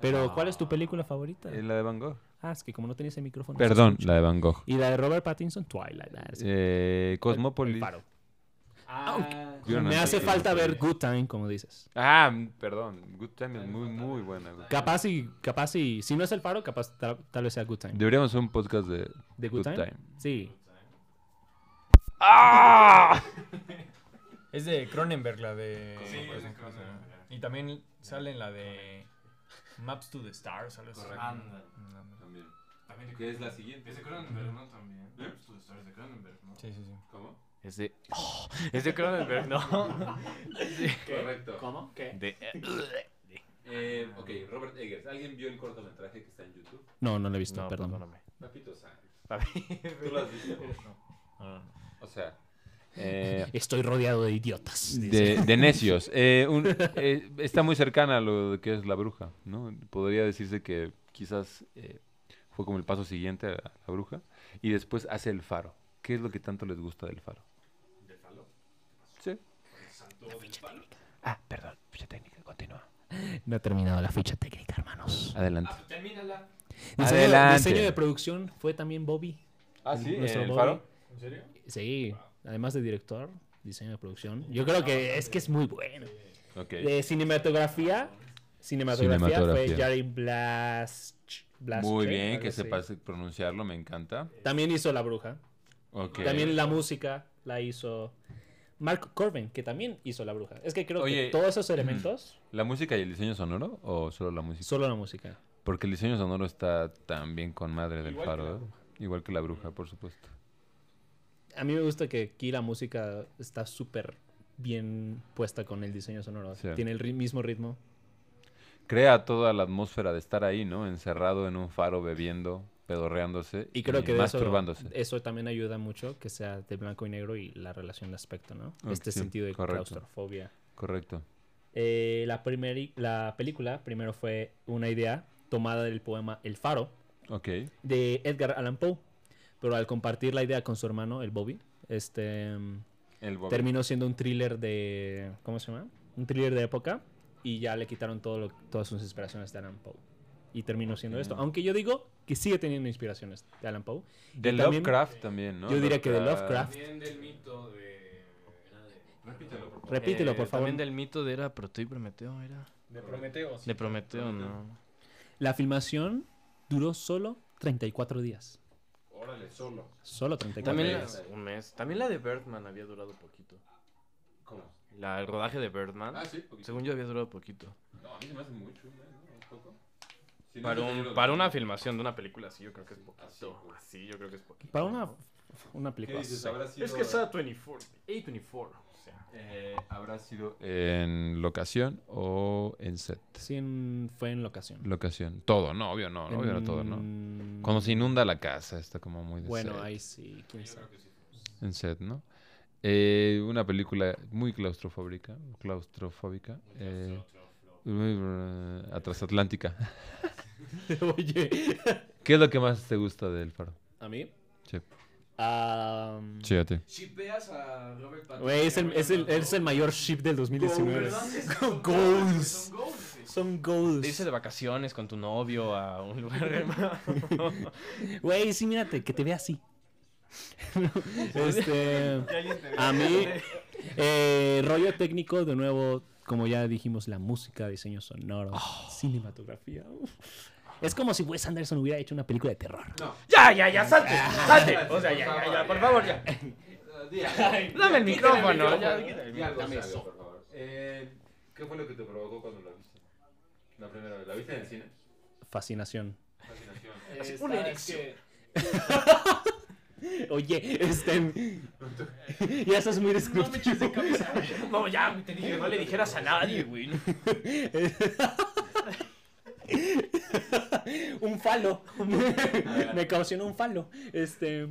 [SPEAKER 3] Pero,
[SPEAKER 1] Ah.
[SPEAKER 3] ¿cuál es tu película favorita?
[SPEAKER 1] la de Van Gogh.
[SPEAKER 3] Ah, es que como no tenías el micrófono.
[SPEAKER 1] Perdón,
[SPEAKER 3] se escucha.
[SPEAKER 1] la de Van Gogh.
[SPEAKER 3] Y la de Robert Pattinson, Twilight. ah, es-
[SPEAKER 1] Eh,
[SPEAKER 3] el
[SPEAKER 1] Cosmopolis.
[SPEAKER 3] faro.
[SPEAKER 4] Ah,
[SPEAKER 1] Yo no
[SPEAKER 3] Me
[SPEAKER 1] sé
[SPEAKER 3] hace
[SPEAKER 1] qué
[SPEAKER 3] falta
[SPEAKER 1] es.
[SPEAKER 3] ver Good Time, como dices.
[SPEAKER 1] Ah, mm, perdón. Good Time es muy, muy buena. güey.
[SPEAKER 3] Capaz y, capaz y, si no es el faro, capaz tal, tal vez sea Good Time. ¿De,
[SPEAKER 1] Deberíamos hacer un podcast de
[SPEAKER 3] Good, Time? Sí.
[SPEAKER 1] ¡Ah!
[SPEAKER 5] Es de Cronenberg, la de. Sí, es de Cronenberg. Y también sale en la de. Maps to the Stars, algo así.
[SPEAKER 4] Ándale.
[SPEAKER 5] No, no.
[SPEAKER 1] También.
[SPEAKER 4] También
[SPEAKER 1] ¿Qué es la siguiente?
[SPEAKER 4] Es de Cronenberg, ¿no? También. Pues tú estás de Cronenberg, ¿no?
[SPEAKER 5] Sí, sí, sí.
[SPEAKER 1] ¿Cómo?
[SPEAKER 2] Es de. Oh, es de Cronenberg, ¿no?
[SPEAKER 1] Correcto.
[SPEAKER 3] ¿Cómo? ¿Qué?
[SPEAKER 2] De.
[SPEAKER 1] Eh, ok, Robert Eggers. ¿Alguien vio el cortometraje que está en YouTube?
[SPEAKER 3] No, no lo he visto,
[SPEAKER 2] No,
[SPEAKER 3] perdón.
[SPEAKER 2] perdóname.
[SPEAKER 1] Papito Sánchez.
[SPEAKER 2] Papi.
[SPEAKER 1] ¿Tú lo has visto?
[SPEAKER 2] No, no, no.
[SPEAKER 1] O sea, eh,
[SPEAKER 3] Estoy rodeado de idiotas.
[SPEAKER 1] de, de necios. Eh, un- eh, está muy cercana a lo que es la bruja, ¿no? Podría decirse que quizás eh, fue como el paso siguiente a la, la bruja. Y después hace el faro. ¿Qué es lo que tanto les gusta del faro? ¿Del faro? Sí. Ah, perdón, ficha técnica, continúa.
[SPEAKER 3] No he terminado la ficha técnica, hermanos.
[SPEAKER 1] Adelante.
[SPEAKER 4] Termínala.
[SPEAKER 3] Diseño,
[SPEAKER 1] Adelante.
[SPEAKER 3] diseño de producción fue también Bobby.
[SPEAKER 1] Ah,
[SPEAKER 3] sí,
[SPEAKER 1] sí,
[SPEAKER 3] nuestro
[SPEAKER 1] el
[SPEAKER 3] Bobby.
[SPEAKER 1] faro.
[SPEAKER 4] ¿En serio?
[SPEAKER 3] Sí, además de director, diseño de producción. Yo creo que es que es muy bueno.
[SPEAKER 1] Ok.
[SPEAKER 3] De cinematografía, cinematografía,
[SPEAKER 1] Cinematografía.
[SPEAKER 3] fue Jared Blas, Blas-
[SPEAKER 1] Muy
[SPEAKER 3] ¿qué?
[SPEAKER 1] bien,
[SPEAKER 3] Algo
[SPEAKER 1] que
[SPEAKER 3] así.
[SPEAKER 1] sepas pronunciarlo, me encanta.
[SPEAKER 3] También hizo La Bruja.
[SPEAKER 1] Ok.
[SPEAKER 3] También la música la hizo Mark Corbin, que también hizo La Bruja. Es que creo
[SPEAKER 1] Oye, mm.
[SPEAKER 3] que todos esos elementos,
[SPEAKER 1] ¿La música y el diseño sonoro o solo la música?
[SPEAKER 3] solo la música.
[SPEAKER 1] Porque el diseño sonoro está también con madre del faro, ¿eh? Igual que la bruja, por supuesto.
[SPEAKER 3] A mí me gusta que aquí la música está súper bien puesta con el diseño sonoro.
[SPEAKER 1] Sí.
[SPEAKER 3] Tiene el ri- mismo ritmo.
[SPEAKER 1] Crea toda la atmósfera de estar ahí, ¿no? Encerrado en un faro bebiendo, pedorreándose
[SPEAKER 3] Y creo que de eso,
[SPEAKER 1] masturbándose.
[SPEAKER 3] eso también ayuda mucho que sea de blanco y negro y la relación de aspecto, ¿no?
[SPEAKER 1] Ok,
[SPEAKER 3] este
[SPEAKER 1] sí,
[SPEAKER 3] sentido de
[SPEAKER 1] correcto.
[SPEAKER 3] claustrofobia.
[SPEAKER 1] Correcto.
[SPEAKER 3] Eh, la, primeri- la película primero fue una idea tomada del poema El Faro
[SPEAKER 1] Ok.
[SPEAKER 3] de Edgar Allan Poe, pero al compartir la idea con su hermano, el Bobby, este mm,
[SPEAKER 1] El Bobby.
[SPEAKER 3] terminó siendo un thriller de ¿cómo se llama? Un thriller de época y ya le quitaron todo lo- todas sus inspiraciones de Allan Poe y terminó siendo esto. Aunque yo digo que sigue teniendo inspiraciones de Allan Poe.
[SPEAKER 1] De
[SPEAKER 3] y también-
[SPEAKER 1] Lovecraft también, ¿no?
[SPEAKER 3] yo diría que de Lovecraft.
[SPEAKER 4] También del mito de. Repítelo, por favor.
[SPEAKER 3] Repítelo,
[SPEAKER 2] Eh,
[SPEAKER 3] por favor.
[SPEAKER 2] También del mito de era Proteo y Prometeo, era.
[SPEAKER 5] De Prometeo.
[SPEAKER 2] De Prometeo, no.
[SPEAKER 3] La filmación duró solo 34 días.
[SPEAKER 4] Órale, solo.
[SPEAKER 3] Solo 34
[SPEAKER 2] También la,
[SPEAKER 3] días.
[SPEAKER 2] un mes. También la de Birdman había durado poquito.
[SPEAKER 4] ¿Cómo?
[SPEAKER 2] La, el rodaje de Birdman,
[SPEAKER 4] Ah, sí, poquito.
[SPEAKER 2] según yo, había durado poquito.
[SPEAKER 4] No, a mí se me hace mucho, ¿no? Un poco. Si no,
[SPEAKER 2] Para,
[SPEAKER 4] yo te
[SPEAKER 2] un,
[SPEAKER 4] digo-
[SPEAKER 2] para una filmación de una película, sí, yo creo que es poquito. Sí, yo creo que es poquito.
[SPEAKER 3] Para una, una
[SPEAKER 4] ¿Qué
[SPEAKER 3] película.
[SPEAKER 4] dices?
[SPEAKER 3] sí.
[SPEAKER 4] Habrá sido.
[SPEAKER 2] Es que está 24. A24. O sea,
[SPEAKER 4] Eh,
[SPEAKER 1] Habrá sido en locación o en set.
[SPEAKER 3] Sí, en- fue en locación.
[SPEAKER 1] Locación. Todo, no, obvio no, obvio no todo, ¿no?
[SPEAKER 3] En-
[SPEAKER 1] Cuando se inunda la casa, está como muy de
[SPEAKER 3] Bueno,
[SPEAKER 1] set.
[SPEAKER 3] ahí sí, quién sabe.
[SPEAKER 1] En set, ¿no? Eh, una película muy claustrofóbica. Claustrofóbica. eh, muy, eh, a transatlántica.
[SPEAKER 3] Oye,
[SPEAKER 1] ¿Qué es lo que más te gusta del faro?
[SPEAKER 3] a mí.
[SPEAKER 1] Sí,
[SPEAKER 3] am,
[SPEAKER 1] sí, a ti.
[SPEAKER 4] Shipeas a Robert Pattinson.
[SPEAKER 3] Güey, es el, es, el, es el mayor ship del 2019. Goals.
[SPEAKER 4] Son Son goals.
[SPEAKER 3] Son goals.
[SPEAKER 2] te irse de vacaciones con tu novio a un lugar.
[SPEAKER 3] Güey, sí, mírate, que te vea así. este, a mí, eh, rollo técnico, de nuevo, como ya dijimos, la música, diseño sonoro, cinematografía. uf. Es como si Wes Anderson hubiera hecho una película de terror.
[SPEAKER 2] ya, ya, ya, salte, salte. O sea, ya, ya, ya, por favor, ya. Dame el micrófono. ya, quítale el micrófono.
[SPEAKER 1] dame eso. Por favor. Eh, ¿Qué fue lo que te provocó cuando la viste? La primera vez. ¿La viste en el cine?
[SPEAKER 3] Fascinación.
[SPEAKER 1] Fascinación.
[SPEAKER 2] Una erección.
[SPEAKER 3] Oye, este. ya estás muy descriptivo.
[SPEAKER 2] No, ya, te dije, no le dijeras a nadie, güey.
[SPEAKER 3] un falo. Me causó un falo. Este.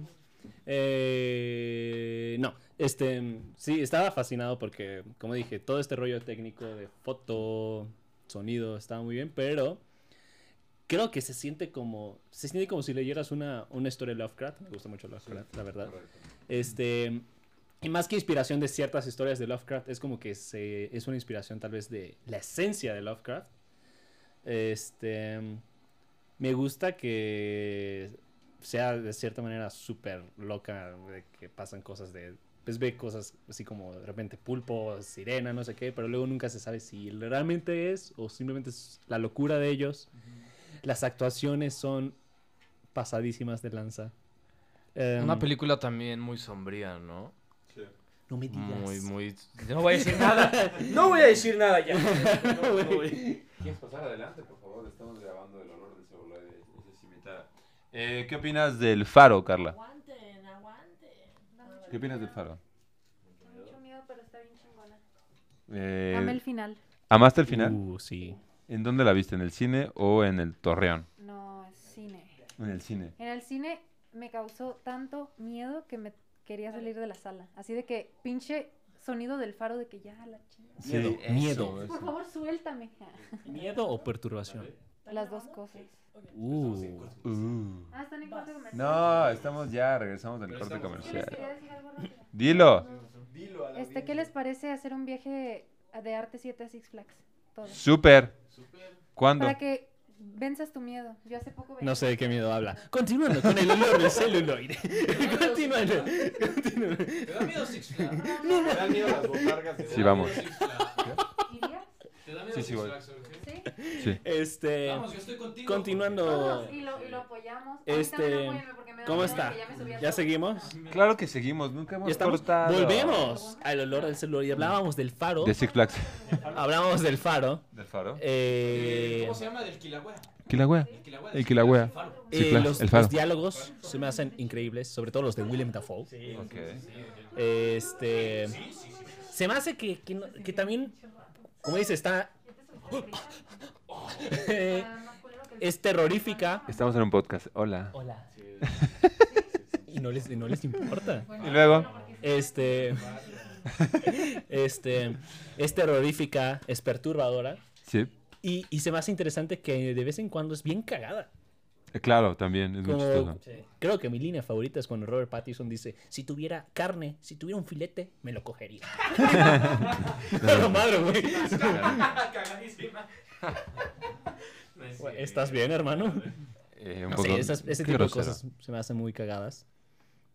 [SPEAKER 3] eh, no, este. Sí, estaba fascinado porque, como dije, todo este rollo técnico de foto, sonido, estaba muy bien, pero. Creo que se siente como. Se siente como si leyeras una, una historia de Lovecraft. Me gusta mucho Lovecraft, la verdad. Este. Y más que inspiración de ciertas historias de Lovecraft, es como que se, es una inspiración tal vez de la esencia de Lovecraft. Este. Me gusta que sea de cierta manera súper loca, de que pasan cosas de. Pues ve cosas así como de repente pulpo, sirena, no sé qué, pero luego nunca se sabe si realmente es o simplemente es la locura de ellos. Las actuaciones son pasadísimas de lanza. Em,
[SPEAKER 2] Una película también muy sombría, ¿no?
[SPEAKER 3] No me digas.
[SPEAKER 2] Muy, muy. No voy a decir nada. No voy a decir nada ya.
[SPEAKER 1] ¿Quieres pasar adelante, por favor? Estamos grabando el olor del cebolade. Eh, ¿Qué opinas del faro, Carla?
[SPEAKER 6] Aguanten, aguanten. Da mucho
[SPEAKER 1] ¿Qué opinas del
[SPEAKER 6] miedo.
[SPEAKER 1] faro?
[SPEAKER 6] Da mucho miedo, pero está bien chingona.
[SPEAKER 1] Eh,
[SPEAKER 6] Dame el final.
[SPEAKER 1] ¿Amaste el final?
[SPEAKER 3] Uh, sí.
[SPEAKER 1] ¿En dónde la viste? ¿En el cine o en el Torreón?
[SPEAKER 6] No, es cine.
[SPEAKER 1] En el cine.
[SPEAKER 6] En el cine me causó tanto miedo que me
[SPEAKER 7] quería salir de la sala. Así de que pinche sonido del faro de que ya la chingada.
[SPEAKER 1] Pues Sí,
[SPEAKER 3] miedo.
[SPEAKER 1] eso,
[SPEAKER 7] Por
[SPEAKER 1] eso.
[SPEAKER 7] favor, suéltame.
[SPEAKER 3] ¿Miedo o perturbación?
[SPEAKER 7] Las dos cosas.
[SPEAKER 3] Uh.
[SPEAKER 1] Uh.
[SPEAKER 7] Ah, están en corte comercial.
[SPEAKER 1] No, estamos ya, regresamos del corte
[SPEAKER 7] Es que les
[SPEAKER 1] comercial.
[SPEAKER 7] quería decir algo rápido.
[SPEAKER 1] Dilo.
[SPEAKER 4] Dilo a la
[SPEAKER 7] Este, ¿qué les parece hacer un viaje de Arte 7 a Six Flags? Todo.
[SPEAKER 1] Súper. ¿Cuándo?
[SPEAKER 7] Para que venzas tu miedo. Yo hace poco vencí-
[SPEAKER 3] No sé de qué miedo habla. Continuando con el olor del celuloide. Continuando. Continuando.
[SPEAKER 4] ¿Te da miedo Six Flags?
[SPEAKER 7] No, no.
[SPEAKER 4] ¿Te da miedo las botargas? de-
[SPEAKER 1] Sí,
[SPEAKER 4] ¿Te da
[SPEAKER 1] vamos.
[SPEAKER 4] miedo Six Flags?
[SPEAKER 7] ¿Irías?
[SPEAKER 4] ¿Te da miedo
[SPEAKER 1] Sí, sí,
[SPEAKER 4] Six
[SPEAKER 1] voy.
[SPEAKER 4] Flags, Jorge?
[SPEAKER 7] ¿Sí?
[SPEAKER 1] Sí.
[SPEAKER 3] Este.
[SPEAKER 4] Vamos, yo estoy contigo.
[SPEAKER 3] Continuando.
[SPEAKER 7] Todos. Y lo, y lo apoyamos.
[SPEAKER 3] Este,
[SPEAKER 7] Ahorita no apóyenme porque me da
[SPEAKER 3] ¿Cómo
[SPEAKER 7] miedo
[SPEAKER 3] está?
[SPEAKER 7] que Ya, me subí al
[SPEAKER 3] ¿Ya
[SPEAKER 7] todo.
[SPEAKER 3] seguimos?
[SPEAKER 1] Claro que seguimos, nunca hemos
[SPEAKER 3] Ya estamos.
[SPEAKER 1] cortado.
[SPEAKER 3] Volvemos al olor del celuloide. Hablábamos del faro.
[SPEAKER 1] De Six Flags.
[SPEAKER 3] Hablábamos del faro.
[SPEAKER 1] ¿Del faro?
[SPEAKER 4] Eh,
[SPEAKER 3] Eh,
[SPEAKER 4] ¿Cómo se llama? Del Quilagüea.
[SPEAKER 1] Kilauea.
[SPEAKER 4] El Quilagüea.
[SPEAKER 1] El Quilagüea.
[SPEAKER 4] Faro.
[SPEAKER 1] Sí,
[SPEAKER 3] eh,
[SPEAKER 1] claro,
[SPEAKER 3] los,
[SPEAKER 1] el faro.
[SPEAKER 3] los diálogos se me hacen increíbles, sobre todo los de William Dafoe. Este. Se me hace que, que, no- que también, como dice, está. es terrorífica.
[SPEAKER 1] Estamos en un podcast. Hola.
[SPEAKER 3] Hola. Y no les, y no les importa.
[SPEAKER 1] Y luego.
[SPEAKER 3] Este. Este. Es terrorífica, es perturbadora.
[SPEAKER 1] Sí.
[SPEAKER 3] Y, y se me hace interesante que de vez en cuando es bien cagada.
[SPEAKER 1] Eh, Claro, también. Es muy
[SPEAKER 3] Como,
[SPEAKER 1] chistoso.
[SPEAKER 3] creo que mi línea favorita es cuando Robert Pattinson dice, si tuviera carne, si tuviera un filete, me lo cogería. Pero madre, güey.
[SPEAKER 4] Cagadísima. No es
[SPEAKER 3] Güey,
[SPEAKER 4] cierto.
[SPEAKER 3] ¿Estás bien, hermano?
[SPEAKER 1] Eh, un
[SPEAKER 3] No sé, esas- ese tipo de
[SPEAKER 1] grosero.
[SPEAKER 3] cosas se me hacen muy cagadas.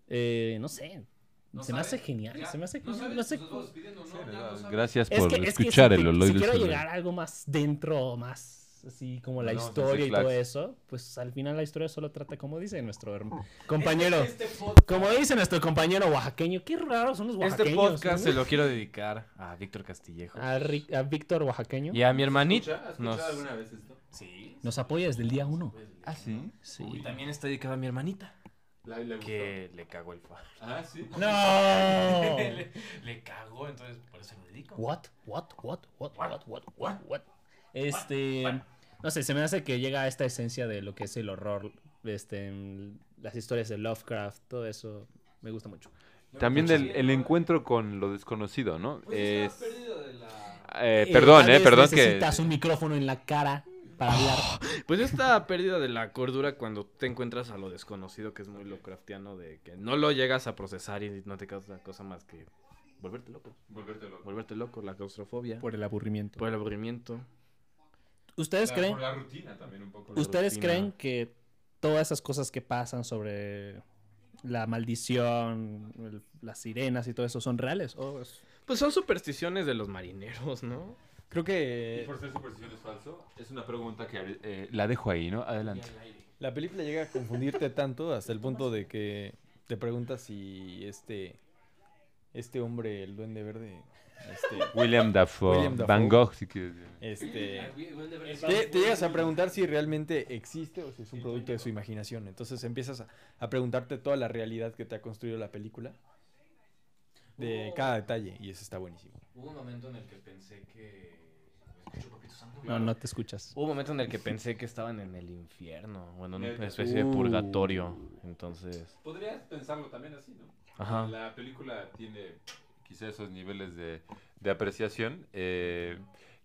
[SPEAKER 3] Eh, no sé.
[SPEAKER 4] No
[SPEAKER 3] se me hace
[SPEAKER 4] sabes.
[SPEAKER 3] genial.
[SPEAKER 4] Ya,
[SPEAKER 3] Se me hace
[SPEAKER 4] no sabes,
[SPEAKER 3] no sé-
[SPEAKER 4] pues, vamos pidiendo, ¿no? Ya no sabes.
[SPEAKER 1] Gracias
[SPEAKER 3] Es
[SPEAKER 1] por
[SPEAKER 3] que, es que
[SPEAKER 1] escuchar
[SPEAKER 3] si
[SPEAKER 1] el
[SPEAKER 3] te-
[SPEAKER 1] olor
[SPEAKER 3] si
[SPEAKER 1] del
[SPEAKER 3] quiero
[SPEAKER 1] celular.
[SPEAKER 3] llegar a algo más dentro, más así como la
[SPEAKER 1] No, pues
[SPEAKER 3] historia
[SPEAKER 1] Six
[SPEAKER 3] y todo
[SPEAKER 1] Flags.
[SPEAKER 3] eso, pues al final la historia solo trata, como dice nuestro herm- compañero,
[SPEAKER 4] Este podcast-
[SPEAKER 3] como dice nuestro compañero oaxaqueño, qué raros son los oaxaqueños.
[SPEAKER 2] Este podcast
[SPEAKER 3] ¿no?
[SPEAKER 2] se lo quiero dedicar a Víctor Castillejo.
[SPEAKER 3] a, Ri- a Víctor Oaxaqueño.
[SPEAKER 2] Y a mi hermanito.
[SPEAKER 4] ¿Escucha? ¿Has escuchado
[SPEAKER 2] Nos...
[SPEAKER 4] alguna vez esto?
[SPEAKER 2] Sí.
[SPEAKER 3] Nos apoya desde el día uno.
[SPEAKER 1] Ah, sí.
[SPEAKER 2] Y también está dedicado a mi hermanita.
[SPEAKER 4] ¿La- le gustó?
[SPEAKER 2] Que le cagó el faro.
[SPEAKER 4] Ah, sí.
[SPEAKER 3] ¡No!
[SPEAKER 2] le, le cagó, entonces por eso lo dedico.
[SPEAKER 3] What, what, what, what, what, what, what, what. Este, no sé, se me hace que llega a esta esencia de lo que es el horror, este, en las historias de Lovecraft, todo eso, me gusta mucho.
[SPEAKER 1] También
[SPEAKER 4] Mucho
[SPEAKER 1] del,
[SPEAKER 4] sí,
[SPEAKER 1] el
[SPEAKER 4] ¿no?
[SPEAKER 1] encuentro con lo desconocido, ¿no?
[SPEAKER 4] Oye,
[SPEAKER 1] Es-
[SPEAKER 4] estabas Pues perdido de la-
[SPEAKER 1] eh, perdón,
[SPEAKER 3] tal
[SPEAKER 1] eh,
[SPEAKER 3] vez
[SPEAKER 1] perdón que...
[SPEAKER 3] Necesitas un micrófono en la cara para hablar.
[SPEAKER 2] Pues esta pérdida de la cordura cuando te encuentras a lo desconocido, que es muy Lovecraftiano, de que no lo llegas a procesar y no te causa cosa más que volverte loco.
[SPEAKER 4] Volverte loco.
[SPEAKER 2] Volverte loco, la claustrofobia, por,
[SPEAKER 3] Por el aburrimiento.
[SPEAKER 2] el aburrimiento.
[SPEAKER 3] ¿Ustedes
[SPEAKER 4] La-
[SPEAKER 3] creen,
[SPEAKER 4] Por la rutina también un poco.
[SPEAKER 2] la
[SPEAKER 3] ustedes
[SPEAKER 2] rutina.
[SPEAKER 3] creen que todas esas cosas que pasan sobre la maldición, el- las sirenas y todo eso son reales? ¿O es-
[SPEAKER 2] Pues son supersticiones de los marineros, ¿no?
[SPEAKER 5] Creo
[SPEAKER 4] Y
[SPEAKER 5] que
[SPEAKER 4] por ser superstición es falso, es una pregunta que
[SPEAKER 1] eh, la dejo ahí, ¿no? Adelante.
[SPEAKER 5] la película llega a confundirte tanto hasta el punto de que te preguntas si este este hombre, el duende verde, este,
[SPEAKER 1] William Dafoe.
[SPEAKER 5] William Dafoe.
[SPEAKER 1] Van Gogh, si quieres.
[SPEAKER 5] este Te, te llegas a preguntar si realmente existe o si es un producto de su imaginación. Entonces empiezas a, a preguntarte toda la realidad que te ha construido la película. De cada detalle. Y eso está buenísimo.
[SPEAKER 4] Hubo un momento en el que pensé que. pues, Escucho Papito Santo.
[SPEAKER 3] no, no te escuchas?
[SPEAKER 2] Hubo un momento en el que pensé que estaban en el infierno, o en una
[SPEAKER 3] Eh,
[SPEAKER 4] Neta.
[SPEAKER 2] especie de purgatorio.
[SPEAKER 3] uh.
[SPEAKER 2] Entonces,
[SPEAKER 4] Podrías pensarlo también así, ¿no?
[SPEAKER 2] Ajá.
[SPEAKER 4] La película tiene
[SPEAKER 1] Quizá esos niveles de, de apreciación. eh,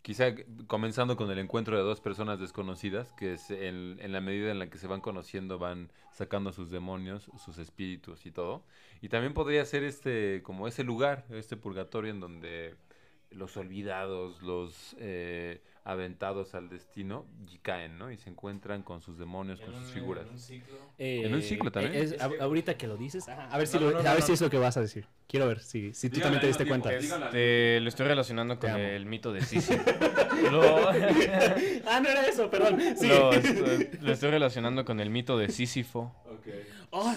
[SPEAKER 1] quizá comenzando con el encuentro de dos personas desconocidas, que se- en, en la medida en la que se van conociendo van sacando sus demonios, sus espíritus y todo. Y también podría ser este, como ese lugar, este purgatorio en donde los olvidados, los eh, aventados al destino, y caen, ¿no? Y se encuentran con sus demonios, con sus figuras. En un ciclo también.
[SPEAKER 3] Eh, es- a- ahorita que lo dices, ajá, a ver, si,
[SPEAKER 4] No,
[SPEAKER 3] lo-
[SPEAKER 4] no, no,
[SPEAKER 3] a ver
[SPEAKER 4] no.
[SPEAKER 3] si es lo que vas a decir. Quiero ver si, si tú
[SPEAKER 4] Dígame,
[SPEAKER 3] también te
[SPEAKER 4] no,
[SPEAKER 3] diste
[SPEAKER 4] digo,
[SPEAKER 3] cuenta.
[SPEAKER 4] es- Díganla.
[SPEAKER 2] Este, lo estoy relacionando con
[SPEAKER 3] Te amo.
[SPEAKER 2] el mito de Sisi. lo,
[SPEAKER 4] "Oh".
[SPEAKER 3] Ah, no era eso, perdón. Sí.
[SPEAKER 2] lo estoy, lo estoy relacionando con el mito de Sísifo.
[SPEAKER 4] Ok.
[SPEAKER 3] Oh,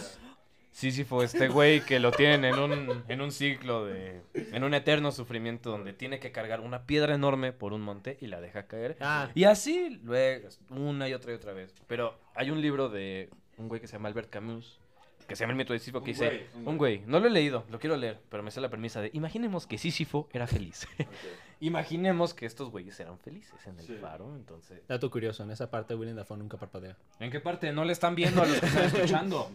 [SPEAKER 2] Sísifo, este güey que lo tienen en un, en un ciclo de... En un eterno sufrimiento donde tiene que cargar una piedra enorme por un monte y la deja caer.
[SPEAKER 3] ah,
[SPEAKER 2] Y así, luego, una y otra y otra vez. Pero hay un libro de un güey que se llama Albert Camus, que se llama El mito de Sísifo,
[SPEAKER 4] Un
[SPEAKER 2] que dice,
[SPEAKER 4] güey, un
[SPEAKER 2] un güey, no lo he leído, lo quiero leer, pero me sé la premisa de, imaginemos que Sísifo era feliz. imaginemos que estos güeyes eran felices en el
[SPEAKER 4] Sí.
[SPEAKER 2] faro, entonces...
[SPEAKER 3] dato curioso, en esa parte Willem Dafoe nunca parpadea.
[SPEAKER 2] ¿En qué parte no le están viendo a los que están escuchando?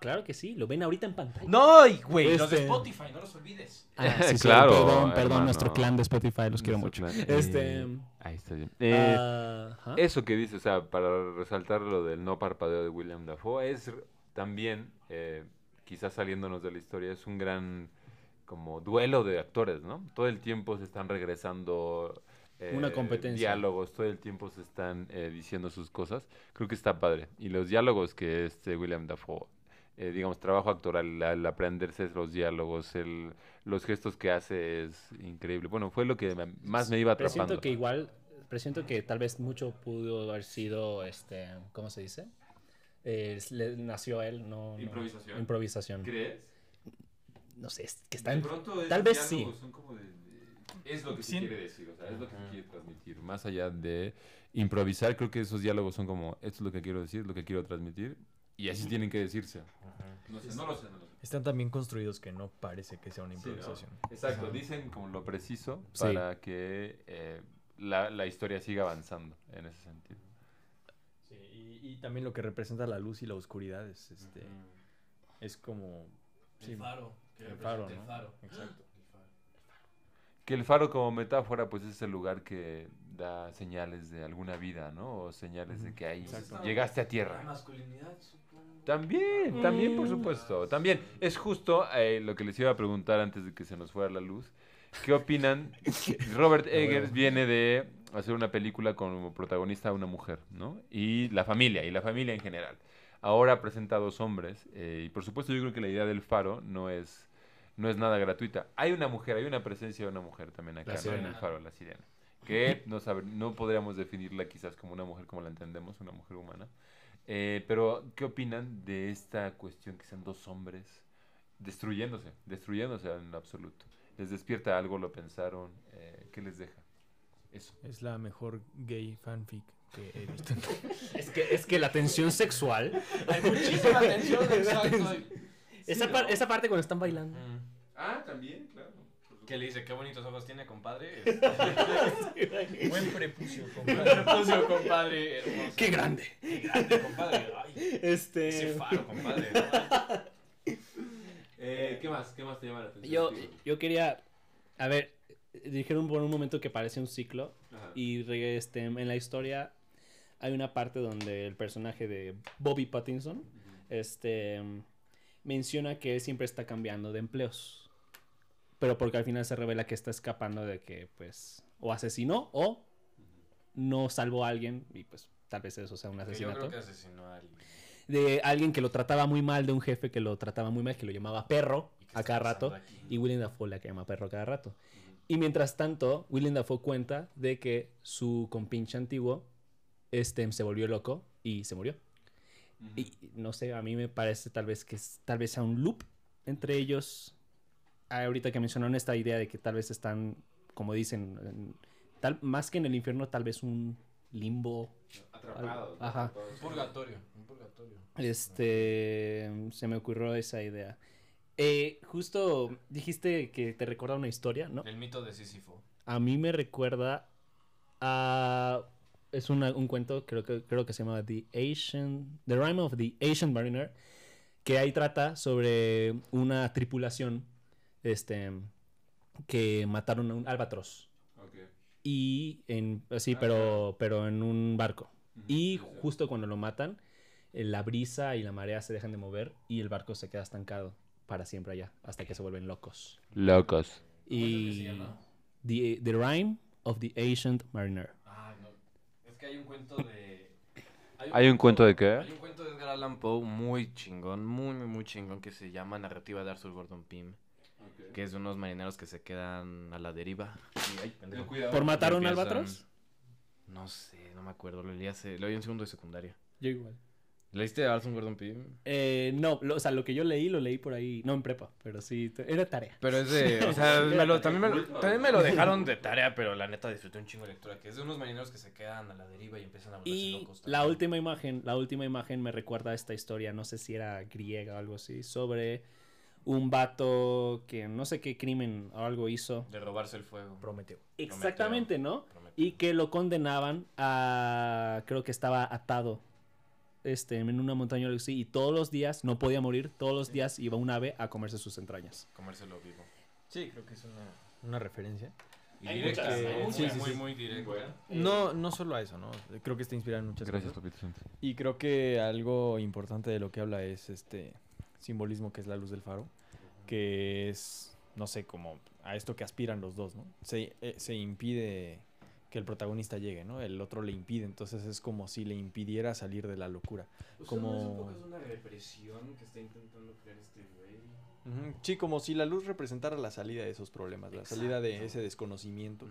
[SPEAKER 3] Claro que sí, lo ven ahorita en pantalla.
[SPEAKER 2] No, y güey.
[SPEAKER 8] Este-
[SPEAKER 2] Los de Spotify, no los olvides.
[SPEAKER 8] Ah, sí, sí,
[SPEAKER 1] Claro,
[SPEAKER 8] Perdón,
[SPEAKER 1] hermano.
[SPEAKER 8] perdón, nuestro clan de Spotify, los quiero mucho. ah,
[SPEAKER 1] Nuestro clan.
[SPEAKER 3] Este. ah,
[SPEAKER 1] Eh, ahí está bien. Eh,
[SPEAKER 3] ajá.
[SPEAKER 1] Eso que dice, o sea, para resaltar lo del no parpadeo de William Dafoe, es r- también, eh, quizás saliéndonos de la historia, es un gran como duelo de actores, ¿no? Todo el tiempo se están regresando eh,
[SPEAKER 3] Una competencia.
[SPEAKER 1] diálogos, todo el tiempo se están eh, diciendo sus cosas. Creo que está padre. Y los diálogos que este William Dafoe, eh, digamos, trabajo actoral, al aprenderse los diálogos, el, los gestos que hace es increíble. Bueno, fue lo que me- más me iba atrapando.
[SPEAKER 3] Presiento que igual, presiento que tal vez mucho pudo haber sido, este, ¿cómo se dice? Eh, es- le nació a él, no. no-
[SPEAKER 4] Improvisación.
[SPEAKER 3] improvisación.
[SPEAKER 4] ¿Crees?
[SPEAKER 3] No sé, es que está
[SPEAKER 4] De
[SPEAKER 3] en-
[SPEAKER 4] pronto
[SPEAKER 3] tal
[SPEAKER 4] esos
[SPEAKER 3] vez sí.
[SPEAKER 4] diálogos son como de- de- Es lo que se
[SPEAKER 8] Sí.
[SPEAKER 4] quiere decir, o sea, es lo que se quiere transmitir.
[SPEAKER 1] transmitir, Más allá de improvisar, creo que esos diálogos son como, esto es lo que quiero decir, lo que quiero transmitir, y así tienen que decirse.
[SPEAKER 4] No sé, no lo sé, no lo sé.
[SPEAKER 5] Están tan bien construidos que no parece que sea una
[SPEAKER 4] Sí, ¿no?
[SPEAKER 5] improvisación.
[SPEAKER 1] Exacto, dicen como lo preciso
[SPEAKER 3] Sí.
[SPEAKER 1] para que eh, la, la historia siga avanzando en ese sentido.
[SPEAKER 5] Sí, y, y también lo que representa la luz y la oscuridad es, este,
[SPEAKER 3] Ah,
[SPEAKER 5] es como... sí, el faro, ¿no? Exacto.
[SPEAKER 1] Que el faro como metáfora, pues es el lugar que da señales de alguna vida, ¿no? O señales de que ahí
[SPEAKER 4] Exacto.
[SPEAKER 1] llegaste a
[SPEAKER 2] La
[SPEAKER 1] tierra.
[SPEAKER 2] masculinidad, supongo.
[SPEAKER 1] También, también, por supuesto. También, es justo eh, lo que les iba a preguntar antes de que se nos fuera la luz. ¿Qué opinan? Robert Eggers viene de hacer una película como protagonista a una mujer, ¿no? Y la familia, y la familia en general. Ahora presenta a dos hombres, eh, y por supuesto yo creo que la idea del faro no es, no es nada gratuita. Hay una mujer, hay una presencia de una mujer también acá,
[SPEAKER 3] La
[SPEAKER 1] ¿no? en el
[SPEAKER 3] sirena.
[SPEAKER 1] faro, la sirena. Que no, sabe- no podríamos definirla quizás como una mujer como la entendemos, una mujer humana. Eh, pero, ¿qué opinan de esta cuestión que sean dos hombres destruyéndose, destruyéndose en absoluto? ¿Les despierta algo? ¿Lo pensaron? Eh, ¿Qué les deja? Eso.
[SPEAKER 5] Es la mejor gay fanfic que he visto.
[SPEAKER 3] Es que, es que la tensión sexual.
[SPEAKER 2] Hay muchísima tensión sexual.
[SPEAKER 3] esa, par- esa parte cuando están bailando.
[SPEAKER 4] Ah, también, claro. por supuesto.
[SPEAKER 2] ¿Qué le dice? Qué bonitos ojos tiene, compadre. Ah. Buen prepucio, compadre. prepucio, compadre. Hermoso.
[SPEAKER 3] ¡Qué grande!
[SPEAKER 2] Qué grande, compadre. Ay, ese
[SPEAKER 3] Este.
[SPEAKER 2] faro, compadre. ¿no?
[SPEAKER 4] Eh, ¿Qué más? ¿Qué más te llama la atención?
[SPEAKER 3] Yo,
[SPEAKER 4] Steven?
[SPEAKER 3] yo quería. A ver, dijeron por un momento que parece un ciclo.
[SPEAKER 4] Ajá.
[SPEAKER 3] Y re- este, en la historia hay una parte donde el personaje de Bobby Pattinson este, menciona que él siempre está cambiando de empleos. Pero porque al final se revela que está escapando de que, pues, o asesinó o no salvó a alguien. Y pues, tal vez eso sea un
[SPEAKER 2] Que
[SPEAKER 3] asesinato
[SPEAKER 2] Yo creo que asesinó a alguien.
[SPEAKER 3] de alguien que lo trataba muy mal, de un jefe que lo trataba muy mal, que lo llamaba perro
[SPEAKER 2] ¿Y qué
[SPEAKER 3] a
[SPEAKER 2] está
[SPEAKER 3] cada
[SPEAKER 2] pasando
[SPEAKER 3] rato,
[SPEAKER 2] aquí?
[SPEAKER 3] y Willem Dafoe la que llama perro a cada rato. Y mientras tanto, Willem Dafoe cuenta de que su compinche antiguo este, se volvió loco y se murió. Y no sé, a mí me parece tal vez que es- tal vez sea un loop entre ellos. Ah, Ahorita que mencionaron esta idea de que tal vez están, como dicen, en- tal, más que en el infierno, tal vez un limbo
[SPEAKER 4] Atrapados. ¿no?
[SPEAKER 3] Ajá.
[SPEAKER 2] Un purgatorio. Un purgatorio.
[SPEAKER 3] Este, se me ocurrió esa idea. Eh, justo dijiste que te recuerda una historia, ¿no?
[SPEAKER 2] El mito de Sísifo.
[SPEAKER 3] A mí me recuerda a... Es una- un cuento, creo que, creo que se llama The Asian... The Rime of the Asian Mariner, que ahí trata sobre una tripulación este, que mataron a un albatros.
[SPEAKER 4] Ok.
[SPEAKER 3] Y en... Sí, pero, pero en un barco.
[SPEAKER 4] Ujú.
[SPEAKER 3] Y
[SPEAKER 4] Sí, sí.
[SPEAKER 3] justo cuando lo matan, eh, la brisa y la marea se dejan de mover y el barco se queda estancado para siempre allá, hasta que se vuelven locos.
[SPEAKER 1] Locos.
[SPEAKER 3] Y the, the Rhyme of the Ancient Mariner.
[SPEAKER 2] Ah, no. Es que hay un cuento de.
[SPEAKER 1] ¿Hay un cuento de qué?
[SPEAKER 2] Hay un cuento de Edgar Allan Poe muy chingón, muy, muy, muy chingón, que se llama Narrativa de Arthur Gordon Pym.
[SPEAKER 4] ok.
[SPEAKER 2] Que es de unos marineros que se quedan a la deriva. Y, ay, pendejo.
[SPEAKER 4] Ten cuidado.
[SPEAKER 3] ¿Por matar a un
[SPEAKER 2] empiezan-
[SPEAKER 3] albatros?
[SPEAKER 2] No sé, no me acuerdo. Lo leí, hace, lo leí en segundo de secundaria.
[SPEAKER 3] Yo igual.
[SPEAKER 2] ¿Leíste a Arthur Gordon Pym?
[SPEAKER 3] Eh, no, lo- o sea, lo que yo leí, lo leí por ahí, no en prepa, pero sí, t- era tarea.
[SPEAKER 2] Pero es de. O sea, me lo- también, me lo, también me lo dejaron de tarea, pero la neta disfruté un chingo de lectura. Que es de unos marineros que se quedan a la deriva y empiezan a volverse
[SPEAKER 3] Y
[SPEAKER 2] locos.
[SPEAKER 3] la
[SPEAKER 2] también.
[SPEAKER 3] última imagen, la última imagen me recuerda a esta historia, no sé si era griega o algo así, sobre un vato que no sé qué crimen o algo hizo.
[SPEAKER 2] De robarse el fuego.
[SPEAKER 5] Prometeo.
[SPEAKER 3] Exactamente, ¿no?
[SPEAKER 2] Prometeo.
[SPEAKER 3] Y que lo condenaban a. Creo que estaba atado este, en una montaña o algo así, y todos los días, no podía morir, todos los días iba un ave a comerse sus entrañas.
[SPEAKER 2] Comérselo vivo.
[SPEAKER 5] Sí, creo que es una, una referencia.
[SPEAKER 2] Y
[SPEAKER 4] Hay
[SPEAKER 2] directa,
[SPEAKER 4] muchas,
[SPEAKER 2] ¿no?
[SPEAKER 5] hay
[SPEAKER 2] muy,
[SPEAKER 5] muchas.
[SPEAKER 2] muy,
[SPEAKER 5] Sí, sí,
[SPEAKER 2] muy directa.
[SPEAKER 5] No, no solo a eso, ¿no? Creo que está inspirada en muchas
[SPEAKER 1] Gracias,
[SPEAKER 5] cosas.
[SPEAKER 1] Papito Santo.
[SPEAKER 5] Y creo que algo importante de lo que habla es este simbolismo que es la luz del faro, que es, no sé, como a esto que aspiran los dos, ¿no? Se, eh, se impide que el protagonista llegue, ¿no? El otro le impide, entonces es como si le impidiera salir de la locura.
[SPEAKER 4] Como... Es un
[SPEAKER 5] Como-
[SPEAKER 4] poco es una represión que está intentando crear este güey.
[SPEAKER 5] Ujú, Sí, como si la luz representara la salida de esos problemas, la salida de ese desconocimiento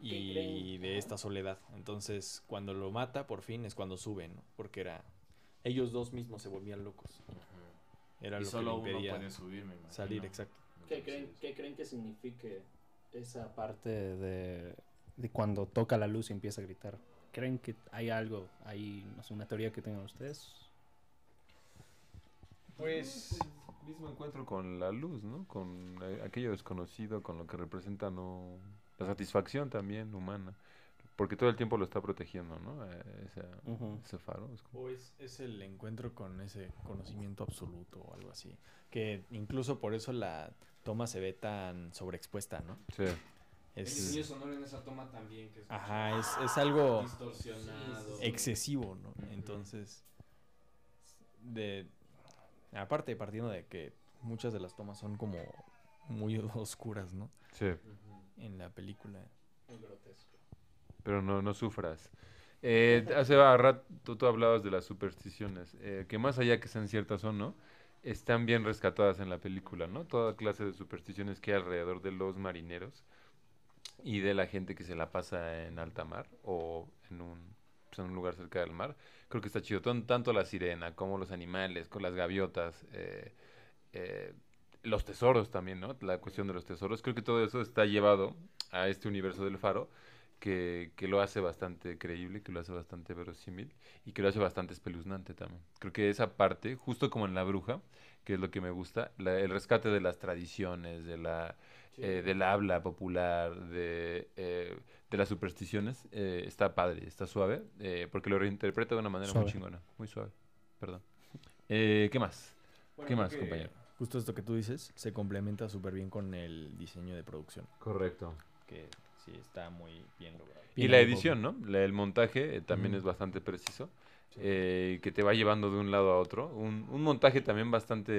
[SPEAKER 7] ¿Qué
[SPEAKER 5] y
[SPEAKER 7] creen?
[SPEAKER 5] de esta soledad. Entonces, cuando lo mata, por fin es cuando suben, ¿no? Porque era ellos dos mismos se volvían locos. Era
[SPEAKER 2] Y
[SPEAKER 5] lo
[SPEAKER 2] solo
[SPEAKER 5] que
[SPEAKER 2] uno
[SPEAKER 5] le impedía
[SPEAKER 2] puede subir, me imagino.
[SPEAKER 5] salir, exacto.
[SPEAKER 3] ¿Qué creen, ¿Qué creen que signifique esa parte de, de cuando toca la luz y empieza a gritar? ¿Creen que hay algo ahí, no sé, una teoría que tengan ustedes?
[SPEAKER 5] Pues
[SPEAKER 1] Mismo encuentro con la luz, ¿no? Con eh, aquello desconocido, con lo que representa no la satisfacción también humana. Porque todo el tiempo lo está protegiendo, ¿no? Eh, esa- ese faro. es como-
[SPEAKER 5] o es, es el encuentro con ese conocimiento absoluto o algo así, que incluso por eso la toma se ve tan sobreexpuesta, ¿no?
[SPEAKER 1] Sí.
[SPEAKER 5] Es- Ah.
[SPEAKER 4] El diseño sonoro en esa toma también, que es
[SPEAKER 5] ajá, es, es algo
[SPEAKER 4] distorsionado.
[SPEAKER 5] excesivo, ¿no? Entonces, de aparte partiendo de que muchas de las tomas son como muy oscuras, ¿no?
[SPEAKER 1] Sí.
[SPEAKER 5] En la película.
[SPEAKER 1] Pero no, no sufras. Eh, hace va- rato tú hablabas de las supersticiones, eh, que más allá que sean ciertas o no, están bien rescatadas en la película, ¿no? Toda clase de supersticiones que hay alrededor de los marineros y de la gente que se la pasa en alta mar o en un, pues, en un lugar cerca del mar. Creo que está chido, Tan- tanto la sirena como los animales, con las gaviotas, eh, eh, los tesoros también, ¿no? La cuestión de los tesoros. Creo que todo eso está llevado a este universo del faro que, que lo hace bastante creíble, que lo hace bastante verosímil y que lo hace bastante espeluznante también. Creo que esa parte, justo como en La Bruja, que es lo que me gusta, la- el rescate de las tradiciones, de la, eh, del habla popular, de, eh, de las supersticiones, eh, está padre, está suave, eh, porque lo reinterpreta de una manera
[SPEAKER 3] Suave.
[SPEAKER 1] muy chingona, muy suave. Perdón. Eh, ¿Qué más? ¿Qué más,
[SPEAKER 5] que
[SPEAKER 1] compañero?
[SPEAKER 5] Justo esto que tú dices se complementa súper bien con el diseño de producción,
[SPEAKER 1] Correcto.
[SPEAKER 5] que sí está muy bien logrado.
[SPEAKER 1] Y la edición, ¿no? La- el montaje eh, también
[SPEAKER 5] Ujú.
[SPEAKER 1] es bastante preciso, eh, que te va llevando de un lado a otro. Un, un montaje también bastante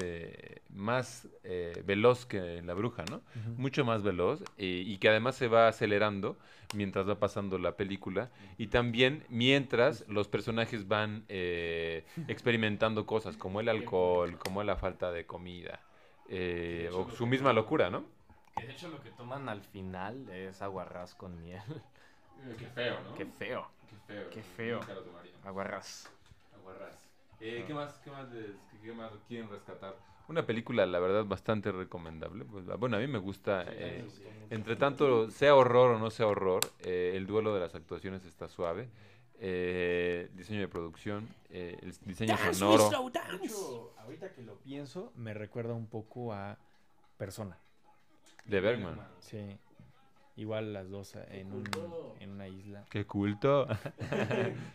[SPEAKER 1] eh, más eh, veloz que en La Bruja, ¿no? Mucho más veloz eh, y que además se va acelerando mientras va pasando la película y también mientras los personajes van eh, experimentando cosas como el alcohol, como la falta de comida eh, o su misma locura, ¿no?
[SPEAKER 2] Que de hecho lo que toman al final es aguarrás con miel.
[SPEAKER 4] Eh, Qué feo, ¿no?
[SPEAKER 2] Qué feo.
[SPEAKER 4] Qué feo.
[SPEAKER 2] Qué feo.
[SPEAKER 4] Nunca lo tomaría.
[SPEAKER 2] Aguarrás.
[SPEAKER 1] Aguarrás. Eh, ¿qué, más, qué, más les- qué- qué más quieren rescatar? Una película, la verdad, bastante recomendable. Pues, la- Bueno, a mí me gusta. eh, entre tanto, sea horror o no sea horror, eh, el duelo de las actuaciones está suave. Eh, diseño de producción, eh, el diseño sonoro.
[SPEAKER 5] De hecho, ahorita que lo pienso, me recuerda un poco a Persona.
[SPEAKER 1] De Bergman.
[SPEAKER 5] Sí. Igual las dos eh, en, un- en una isla.
[SPEAKER 1] ¡Qué culto!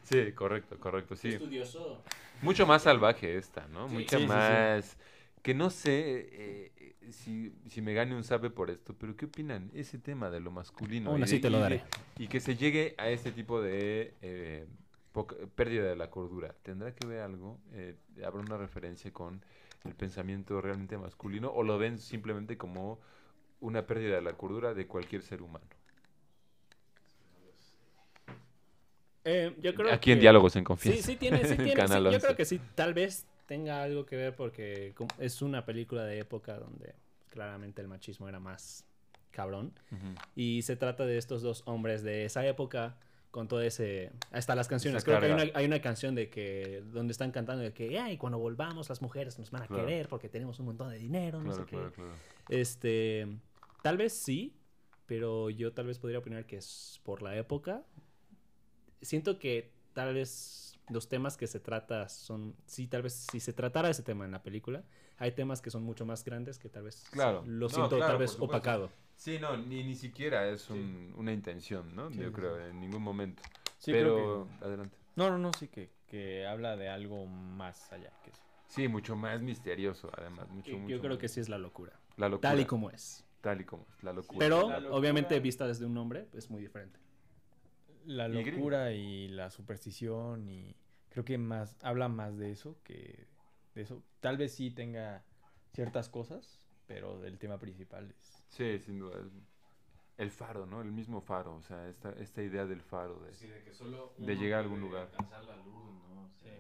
[SPEAKER 1] sí, correcto, correcto, sí.
[SPEAKER 3] Estudioso.
[SPEAKER 1] Mucho más salvaje esta, ¿no?
[SPEAKER 5] Sí.
[SPEAKER 1] Mucha
[SPEAKER 5] Sí, sí, sí.
[SPEAKER 1] más... Que no sé eh, eh, si, si me gane un sabe por esto, pero ¿qué opinan? Ese tema de lo masculino.
[SPEAKER 8] Aún
[SPEAKER 1] y de-
[SPEAKER 8] así te lo
[SPEAKER 1] y de-
[SPEAKER 8] daré.
[SPEAKER 1] Y que se llegue a este tipo de eh, poca- pérdida de la cordura. ¿Tendrá que ver algo? Eh, ¿Habrá una referencia con el pensamiento realmente masculino? ¿O lo ven simplemente como una pérdida de la cordura de cualquier ser humano?
[SPEAKER 3] Eh, yo creo
[SPEAKER 1] Aquí en
[SPEAKER 3] que-
[SPEAKER 1] Diálogos en
[SPEAKER 3] Sí,
[SPEAKER 1] Confianza.
[SPEAKER 3] sí tiene, sí
[SPEAKER 1] En
[SPEAKER 3] tiene.
[SPEAKER 1] Canal
[SPEAKER 3] sí, yo
[SPEAKER 1] 11.
[SPEAKER 3] creo que sí, tal vez tenga algo que ver porque como- es una película de época donde claramente el machismo era más cabrón.
[SPEAKER 1] Ujú.
[SPEAKER 3] Y se trata de estos dos hombres de esa época con todo ese... Hasta las canciones.
[SPEAKER 1] Esa
[SPEAKER 3] Creo que hay
[SPEAKER 1] carga.
[SPEAKER 3] una, hay una canción de que... Donde están cantando de que, ay, cuando volvamos las mujeres nos van a
[SPEAKER 1] Claro.
[SPEAKER 3] querer porque tenemos un montón de dinero, no sé
[SPEAKER 1] Claro, claro,
[SPEAKER 3] qué".
[SPEAKER 1] claro.
[SPEAKER 3] Este, tal vez sí, pero yo tal vez podría opinar que es por la época. Siento que tal vez los temas que se trata son, sí, tal vez si se tratara ese tema en la película, hay temas que son mucho más grandes que tal vez
[SPEAKER 1] Claro. No,
[SPEAKER 3] lo siento
[SPEAKER 1] claro,
[SPEAKER 3] tal
[SPEAKER 1] por
[SPEAKER 3] vez
[SPEAKER 1] supuesto.
[SPEAKER 3] opacado.
[SPEAKER 1] Sí, no, ni, ni siquiera es un- una intención, ¿no?
[SPEAKER 5] Sí,
[SPEAKER 1] Yo
[SPEAKER 5] sí,
[SPEAKER 1] creo, en ningún momento.
[SPEAKER 5] Sí, creo
[SPEAKER 1] Pero,
[SPEAKER 5] que-
[SPEAKER 1] adelante.
[SPEAKER 5] No, no, no, sí que que habla de algo más allá que eso.
[SPEAKER 1] Sí, mucho más misterioso, además. Mucho,
[SPEAKER 3] Yo-
[SPEAKER 1] mucho
[SPEAKER 3] Yo creo
[SPEAKER 1] más.
[SPEAKER 3] que sí es la locura.
[SPEAKER 1] La locura.
[SPEAKER 3] Tal y como es.
[SPEAKER 1] Tal y como es, la locura.
[SPEAKER 3] Pero,
[SPEAKER 5] la locura-
[SPEAKER 3] obviamente, vista desde un hombre, es muy diferente.
[SPEAKER 5] La
[SPEAKER 1] Y gringo.
[SPEAKER 5] locura y la superstición y creo que más habla más de eso que de eso. Tal vez sí tenga ciertas cosas, pero el tema principal es
[SPEAKER 1] Sí, sin duda. es- El faro, ¿no? El mismo faro, o sea, esta, esta idea del faro. De...
[SPEAKER 4] Pues Sí, de que solo
[SPEAKER 1] De
[SPEAKER 4] uno
[SPEAKER 1] llegar a algún
[SPEAKER 4] puede
[SPEAKER 1] lugar.
[SPEAKER 4] alcanzar la luz, ¿no? O sea,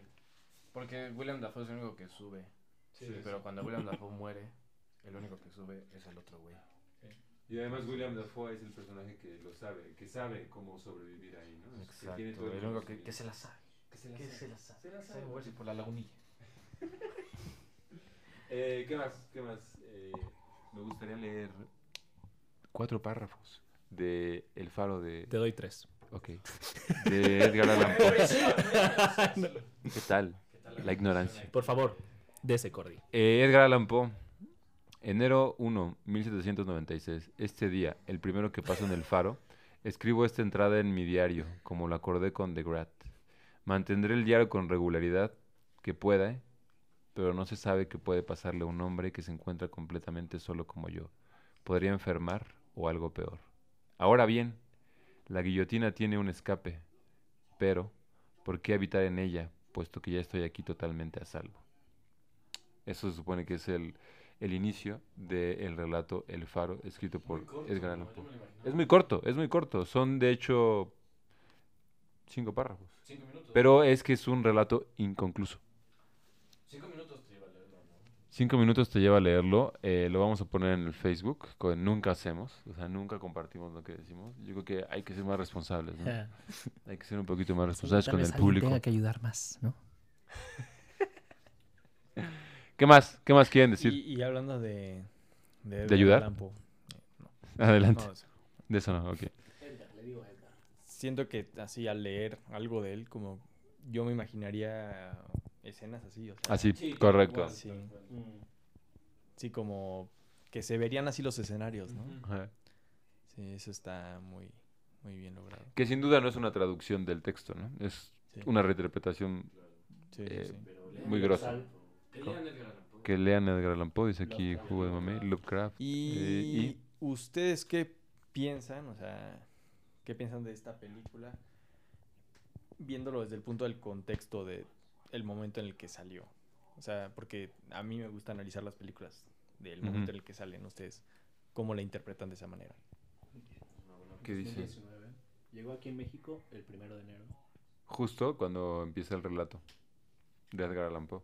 [SPEAKER 2] Porque William Dafoe es el único que sube.
[SPEAKER 4] Sí,
[SPEAKER 2] pero cuando William Dafoe muere, el único que sube es el otro güey.
[SPEAKER 1] Y además William Dafoe es el personaje que lo sabe, que sabe cómo sobrevivir ahí, ¿no? Es que
[SPEAKER 2] Exacto.
[SPEAKER 1] tiene todo el
[SPEAKER 2] el único que, que
[SPEAKER 1] conocimiento.
[SPEAKER 2] se la sabe.
[SPEAKER 1] Que se la
[SPEAKER 2] Que
[SPEAKER 1] sabe.
[SPEAKER 2] se la sabe.
[SPEAKER 1] Se la
[SPEAKER 2] sabe
[SPEAKER 1] sabe.
[SPEAKER 2] moverse por la lagunilla.
[SPEAKER 1] Eh, ¿Qué más? ¿Qué más? Eh, me gustaría leer cuatro párrafos de El faro de...
[SPEAKER 3] Te doy tres.
[SPEAKER 1] Ok. De Edgar Allan Poe. ¿Qué tal? La ignorancia.
[SPEAKER 3] Por favor, dese Cordy.
[SPEAKER 1] Eh, Edgar Allan Poe. Enero 1, 1796. Este día, el primero que paso en el faro, escribo esta entrada en mi diario, como lo acordé con Degrat. Mantendré el diario con regularidad que pueda, ¿eh? pero no se sabe qué puede pasarle a un hombre que se encuentra completamente solo como yo. Podría enfermar o algo peor. Ahora bien, la guillotina tiene un escape, pero ¿por qué habitar en ella, puesto que ya estoy aquí totalmente a salvo? Eso se supone que es el, el inicio del relato El Faro, escrito por Edgar Allan Poe. Es muy corto, es muy corto. Son, de hecho, cinco párrafos.
[SPEAKER 2] Cinco minutos.
[SPEAKER 1] Pero es que es un relato inconcluso.
[SPEAKER 2] Cinco minutos te lleva a leerlo, ¿no?
[SPEAKER 1] Cinco minutos te lleva a leerlo. eh, lo vamos a poner en el Facebook. Con nunca hacemos. O sea, nunca compartimos lo que decimos. Yo creo que hay que ser más responsables. ¿no?
[SPEAKER 3] Ah.
[SPEAKER 1] Hay que ser un poquito más responsables con el público.
[SPEAKER 3] que ayudar más, ¿no?
[SPEAKER 1] ¿Qué más? ¿Qué más quieren decir?
[SPEAKER 5] Y, y hablando de... ¿De, Edgar
[SPEAKER 1] ayudar?
[SPEAKER 5] Allan Poe,
[SPEAKER 1] Adelante.
[SPEAKER 5] no, o sea,
[SPEAKER 1] De eso no, ok.
[SPEAKER 3] Edgar, le digo Edgar.
[SPEAKER 5] siento que así al leer algo de él, como yo me imaginaría escenas así. O sea,
[SPEAKER 1] Así, correcto.
[SPEAKER 5] Sí, sí, como que se verían así los escenarios, ¿no?
[SPEAKER 1] Ajá.
[SPEAKER 5] Sí, eso está muy, muy bien logrado.
[SPEAKER 1] Que sin duda no es una traducción del texto, ¿no? Es
[SPEAKER 5] Sí.
[SPEAKER 1] una reinterpretación
[SPEAKER 5] Sí, sí,
[SPEAKER 1] eh,
[SPEAKER 5] sí.
[SPEAKER 1] muy grosa. Que lean Edgar Allan Poe, dice aquí Jugo de Mame, Lovecraft.
[SPEAKER 5] ¿Y,
[SPEAKER 1] Eh, y-
[SPEAKER 5] ustedes qué piensan? O sea, ¿qué piensan de esta película? Viéndolo desde el punto del contexto de el momento en el que salió. O sea, porque a mí me gusta analizar las películas del
[SPEAKER 1] Ujú.
[SPEAKER 5] momento en el que salen ustedes. ¿Cómo la interpretan de esa manera?
[SPEAKER 1] ¿Qué dice?
[SPEAKER 3] Llegó aquí en México el primero de enero.
[SPEAKER 1] Justo cuando empieza el relato de Edgar Allan Poe.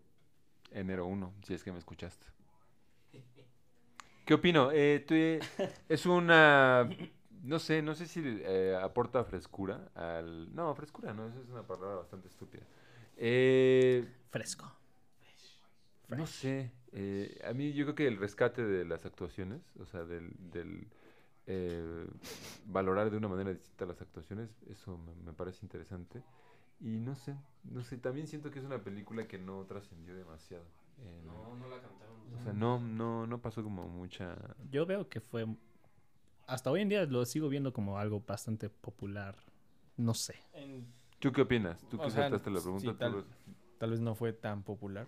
[SPEAKER 1] Enero 1, si es que me escuchaste. ¿Qué opino? Eh, tú, eh, es una... No sé, no sé si eh, aporta frescura al... No, frescura no, esa es una palabra bastante estúpida. Eh,
[SPEAKER 3] Fresco.
[SPEAKER 1] no sé, eh, a mí yo creo que el rescate de las actuaciones, o sea, del, del, eh, valorar de una manera distinta las actuaciones, eso me, me parece interesante. Y no sé, no sé, también siento que es una película que no trascendió demasiado. eh,
[SPEAKER 4] No, no la cantaron.
[SPEAKER 1] O sea, no, no, no pasó como mucha...
[SPEAKER 3] Yo veo que fue. Hasta hoy en día lo sigo viendo como algo bastante popular. No sé.
[SPEAKER 1] ¿Tú qué opinas? ¿Tú
[SPEAKER 5] O
[SPEAKER 1] que
[SPEAKER 5] sea,
[SPEAKER 1] saltaste la
[SPEAKER 5] sí,
[SPEAKER 1] pregunta? tú
[SPEAKER 5] tal-
[SPEAKER 1] ves-
[SPEAKER 5] Tal vez no fue tan popular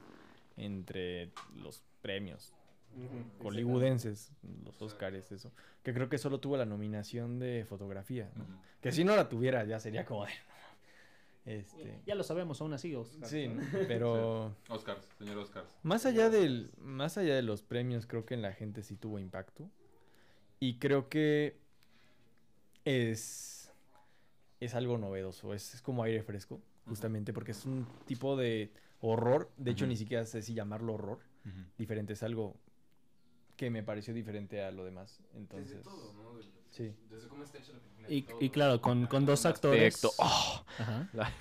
[SPEAKER 5] entre los premios hollywoodenses, los Oscars, eso. Que creo que solo tuvo la nominación de fotografía. ¿no? Que si no la tuviera ya sería como de... Este,
[SPEAKER 3] Ya lo sabemos, aún así. Oscar.
[SPEAKER 5] Sí, pero
[SPEAKER 4] Oscars, señor Oscars.
[SPEAKER 5] más allá del
[SPEAKER 2] pues
[SPEAKER 5] más allá de los premios, creo que en la gente sí tuvo impacto y creo que es es algo novedoso, es, es como aire fresco, justamente porque es un tipo de horror, de hecho
[SPEAKER 1] Ujú.
[SPEAKER 5] ni siquiera sé si llamarlo horror,
[SPEAKER 1] Ujú.
[SPEAKER 5] diferente es algo que me pareció diferente a lo demás, entonces
[SPEAKER 4] Desde todo, ¿no? Del-
[SPEAKER 5] sí.
[SPEAKER 4] Desde cómo está hecha la película.
[SPEAKER 3] Y,
[SPEAKER 4] todo,
[SPEAKER 3] y claro, con, con dos actores.
[SPEAKER 8] Perfecto.
[SPEAKER 2] Ah,
[SPEAKER 3] Ajá.
[SPEAKER 5] La-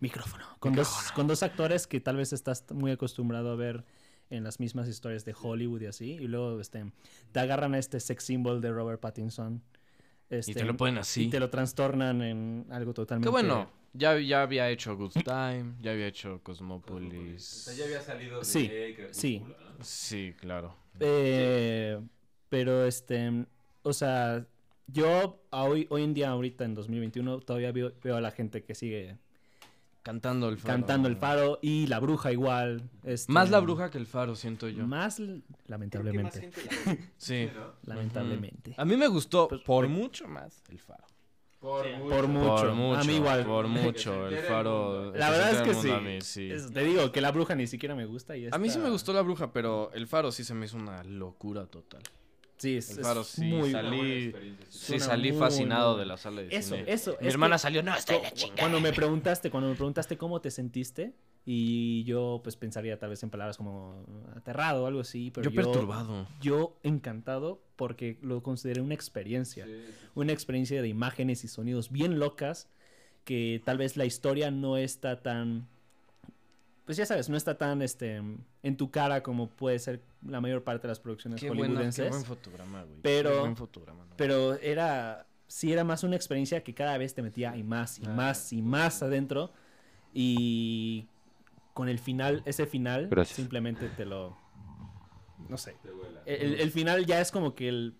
[SPEAKER 3] Micrófono. Con dos, con dos actores que tal vez estás muy acostumbrado a ver en las mismas historias de Hollywood y así. Y luego este, te agarran a este sex symbol de Robert Pattinson.
[SPEAKER 2] Y
[SPEAKER 3] este,
[SPEAKER 2] te lo ponen así.
[SPEAKER 3] y te lo trastornan en algo totalmente.
[SPEAKER 2] Qué bueno. Ya, ya había hecho Good Time, ya había hecho Cosmopolis.
[SPEAKER 4] O sea, ya había salido de
[SPEAKER 3] Sí,
[SPEAKER 4] Crepúsculo,
[SPEAKER 3] sí.
[SPEAKER 4] ¿no?
[SPEAKER 2] Sí, claro.
[SPEAKER 3] Eh, Pero este. O sea, Yo a hoy, hoy en día, ahorita en 2021, todavía veo, veo a la gente que sigue
[SPEAKER 2] Cantando el faro.
[SPEAKER 3] cantando el faro y la bruja igual. este,
[SPEAKER 2] Más la bruja que el faro, siento yo.
[SPEAKER 3] Más, l- lamentablemente.
[SPEAKER 2] Sí.
[SPEAKER 3] Lamentablemente.
[SPEAKER 2] A mí me gustó por mucho más el faro.
[SPEAKER 4] Por mucho.
[SPEAKER 3] Por mucho.
[SPEAKER 2] Por mucho.
[SPEAKER 3] A mí igual.
[SPEAKER 2] Por
[SPEAKER 4] se
[SPEAKER 2] mucho. El
[SPEAKER 4] entere el
[SPEAKER 2] faro.
[SPEAKER 4] mundo.
[SPEAKER 3] La verdad es
[SPEAKER 2] se
[SPEAKER 3] que
[SPEAKER 2] entere
[SPEAKER 3] sí.
[SPEAKER 2] el mundo A mí sí.
[SPEAKER 3] Es- te digo que la bruja ni siquiera me gusta. Y
[SPEAKER 2] A mí sí
[SPEAKER 3] esta-
[SPEAKER 2] me gustó la bruja, pero el faro sí se me hizo una locura total.
[SPEAKER 3] Sí, es,
[SPEAKER 2] El faro
[SPEAKER 3] es
[SPEAKER 2] sí
[SPEAKER 3] muy
[SPEAKER 4] Una buena
[SPEAKER 2] salí.
[SPEAKER 4] experiencia, sí.
[SPEAKER 2] Sí,
[SPEAKER 3] Suena
[SPEAKER 2] salí
[SPEAKER 3] muy
[SPEAKER 2] fascinado
[SPEAKER 3] buena.
[SPEAKER 2] de la sala de
[SPEAKER 3] Eso,
[SPEAKER 2] cine.
[SPEAKER 3] eso,
[SPEAKER 2] Mi
[SPEAKER 3] es
[SPEAKER 2] hermana
[SPEAKER 3] que-
[SPEAKER 2] salió, no, estoy la chingada.
[SPEAKER 3] Cuando me preguntaste, cuando me preguntaste cómo te sentiste, y yo pues pensaría tal vez en palabras como aterrado o algo así, pero
[SPEAKER 2] yo perturbado.
[SPEAKER 3] Yo encantado porque lo consideré una experiencia, una experiencia de imágenes y sonidos bien locas que tal vez la historia no está tan pues ya sabes, no está tan este en tu cara como puede ser la mayor parte de las producciones
[SPEAKER 2] Qué, buena,
[SPEAKER 3] hollywoodenses.
[SPEAKER 2] qué buen fotograma, güey.
[SPEAKER 3] Pero-
[SPEAKER 2] Qué buen fotograma, no.
[SPEAKER 3] Pero era, sí era más una experiencia que cada vez te metía y más y
[SPEAKER 2] Ah,
[SPEAKER 3] más y más adentro. Y con el final, ese final,
[SPEAKER 1] Gracias.
[SPEAKER 3] simplemente te lo... No sé.
[SPEAKER 4] Te vuela.
[SPEAKER 3] El, el final ya es como que el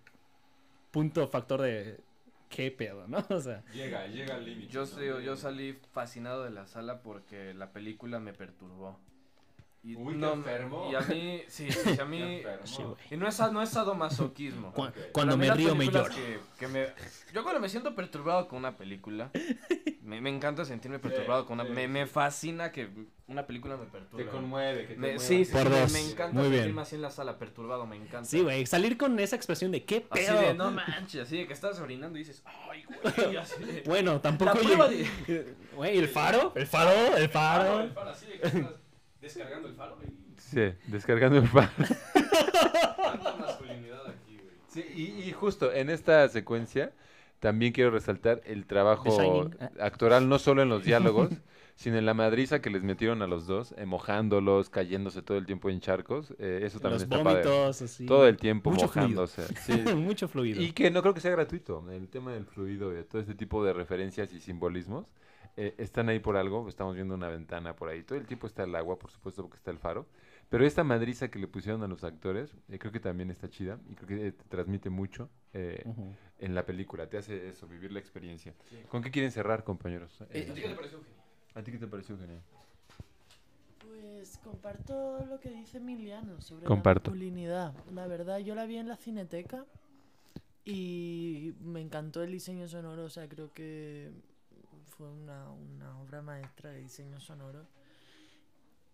[SPEAKER 3] punto factor de... ¿Qué pedo, no? O sea,
[SPEAKER 4] Llega, llega al límite.
[SPEAKER 2] Yo,
[SPEAKER 4] ¿no?
[SPEAKER 2] sé- yo salí fascinado de la sala porque la película me perturbó. Y
[SPEAKER 4] Uy, qué
[SPEAKER 2] no,
[SPEAKER 4] enfermo.
[SPEAKER 2] Y a mí, sí, sí, a
[SPEAKER 4] Qué
[SPEAKER 2] mí...
[SPEAKER 4] enfermo.
[SPEAKER 3] Sí, güey.
[SPEAKER 2] Y no es, no es sadomasoquismo.
[SPEAKER 3] cu-
[SPEAKER 4] Ok.
[SPEAKER 2] Para
[SPEAKER 3] cuando
[SPEAKER 2] mí
[SPEAKER 3] me
[SPEAKER 2] las
[SPEAKER 3] río me
[SPEAKER 2] películas
[SPEAKER 3] lloro.
[SPEAKER 2] que- que me- Yo cuando me siento perturbado con una película, me, me encanta sentirme perturbado con una...
[SPEAKER 4] sí,
[SPEAKER 2] me, me fascina que una película me perturbe.
[SPEAKER 4] Te conmueve, que te
[SPEAKER 2] Me-
[SPEAKER 4] mueva.
[SPEAKER 2] sí, sí,
[SPEAKER 8] Por
[SPEAKER 2] me,
[SPEAKER 8] dos.
[SPEAKER 2] me encanta
[SPEAKER 8] Muy bien.
[SPEAKER 2] sentirme así en la sala, perturbado, me encanta.
[SPEAKER 3] Sí, güey, salir con esa expresión de qué
[SPEAKER 2] Así
[SPEAKER 3] pedo.
[SPEAKER 2] de, no manches, así de que estás orinando y dices, ay, güey, así de...
[SPEAKER 3] Bueno, tampoco...
[SPEAKER 2] La prueba
[SPEAKER 3] lleg-
[SPEAKER 2] de-
[SPEAKER 3] Güey, el faro, el faro, el
[SPEAKER 4] Ah,
[SPEAKER 3] faro.
[SPEAKER 4] el faro, así de que estás descargando el faro. güey.
[SPEAKER 1] Sí, descargando el faro.
[SPEAKER 4] Tanta masculinidad aquí, güey.
[SPEAKER 1] Sí, y, y justo en esta secuencia también quiero resaltar el trabajo
[SPEAKER 3] Shining, ah.
[SPEAKER 1] actoral, no solo en los diálogos, sino en la madriza que les metieron a los dos, eh, mojándolos, cayéndose todo el tiempo en charcos. eh, eso también
[SPEAKER 3] Los
[SPEAKER 1] está padre.
[SPEAKER 3] vómitos, así.
[SPEAKER 1] Todo el tiempo
[SPEAKER 3] Mucho fluido.
[SPEAKER 1] mojándose. Sí.
[SPEAKER 3] Mucho fluido.
[SPEAKER 1] Y que no creo que sea gratuito. El tema del fluido y todo este tipo de referencias y simbolismos eh, están ahí por algo. Estamos viendo una ventana por ahí. Todo el tiempo está el agua, por supuesto, porque está el faro. Pero esta madriza que le pusieron a los actores, eh, creo que también está chida y creo que eh, te transmite mucho eh,
[SPEAKER 3] Ujú.
[SPEAKER 1] en la película. Te hace eso, vivir la experiencia. ¿Con qué quieren cerrar, compañeros? Eh,
[SPEAKER 4] ¿A ti qué te pareció, Eugenio?
[SPEAKER 1] ¿A ti qué te pareció, Eugenia?
[SPEAKER 9] Pues comparto lo que dice Emiliano sobre
[SPEAKER 1] Comparto.
[SPEAKER 9] la masculinidad. La verdad, yo la vi en la Cineteca y me encantó el diseño sonoro. O sea, creo que fue una, una obra maestra de diseño sonoro.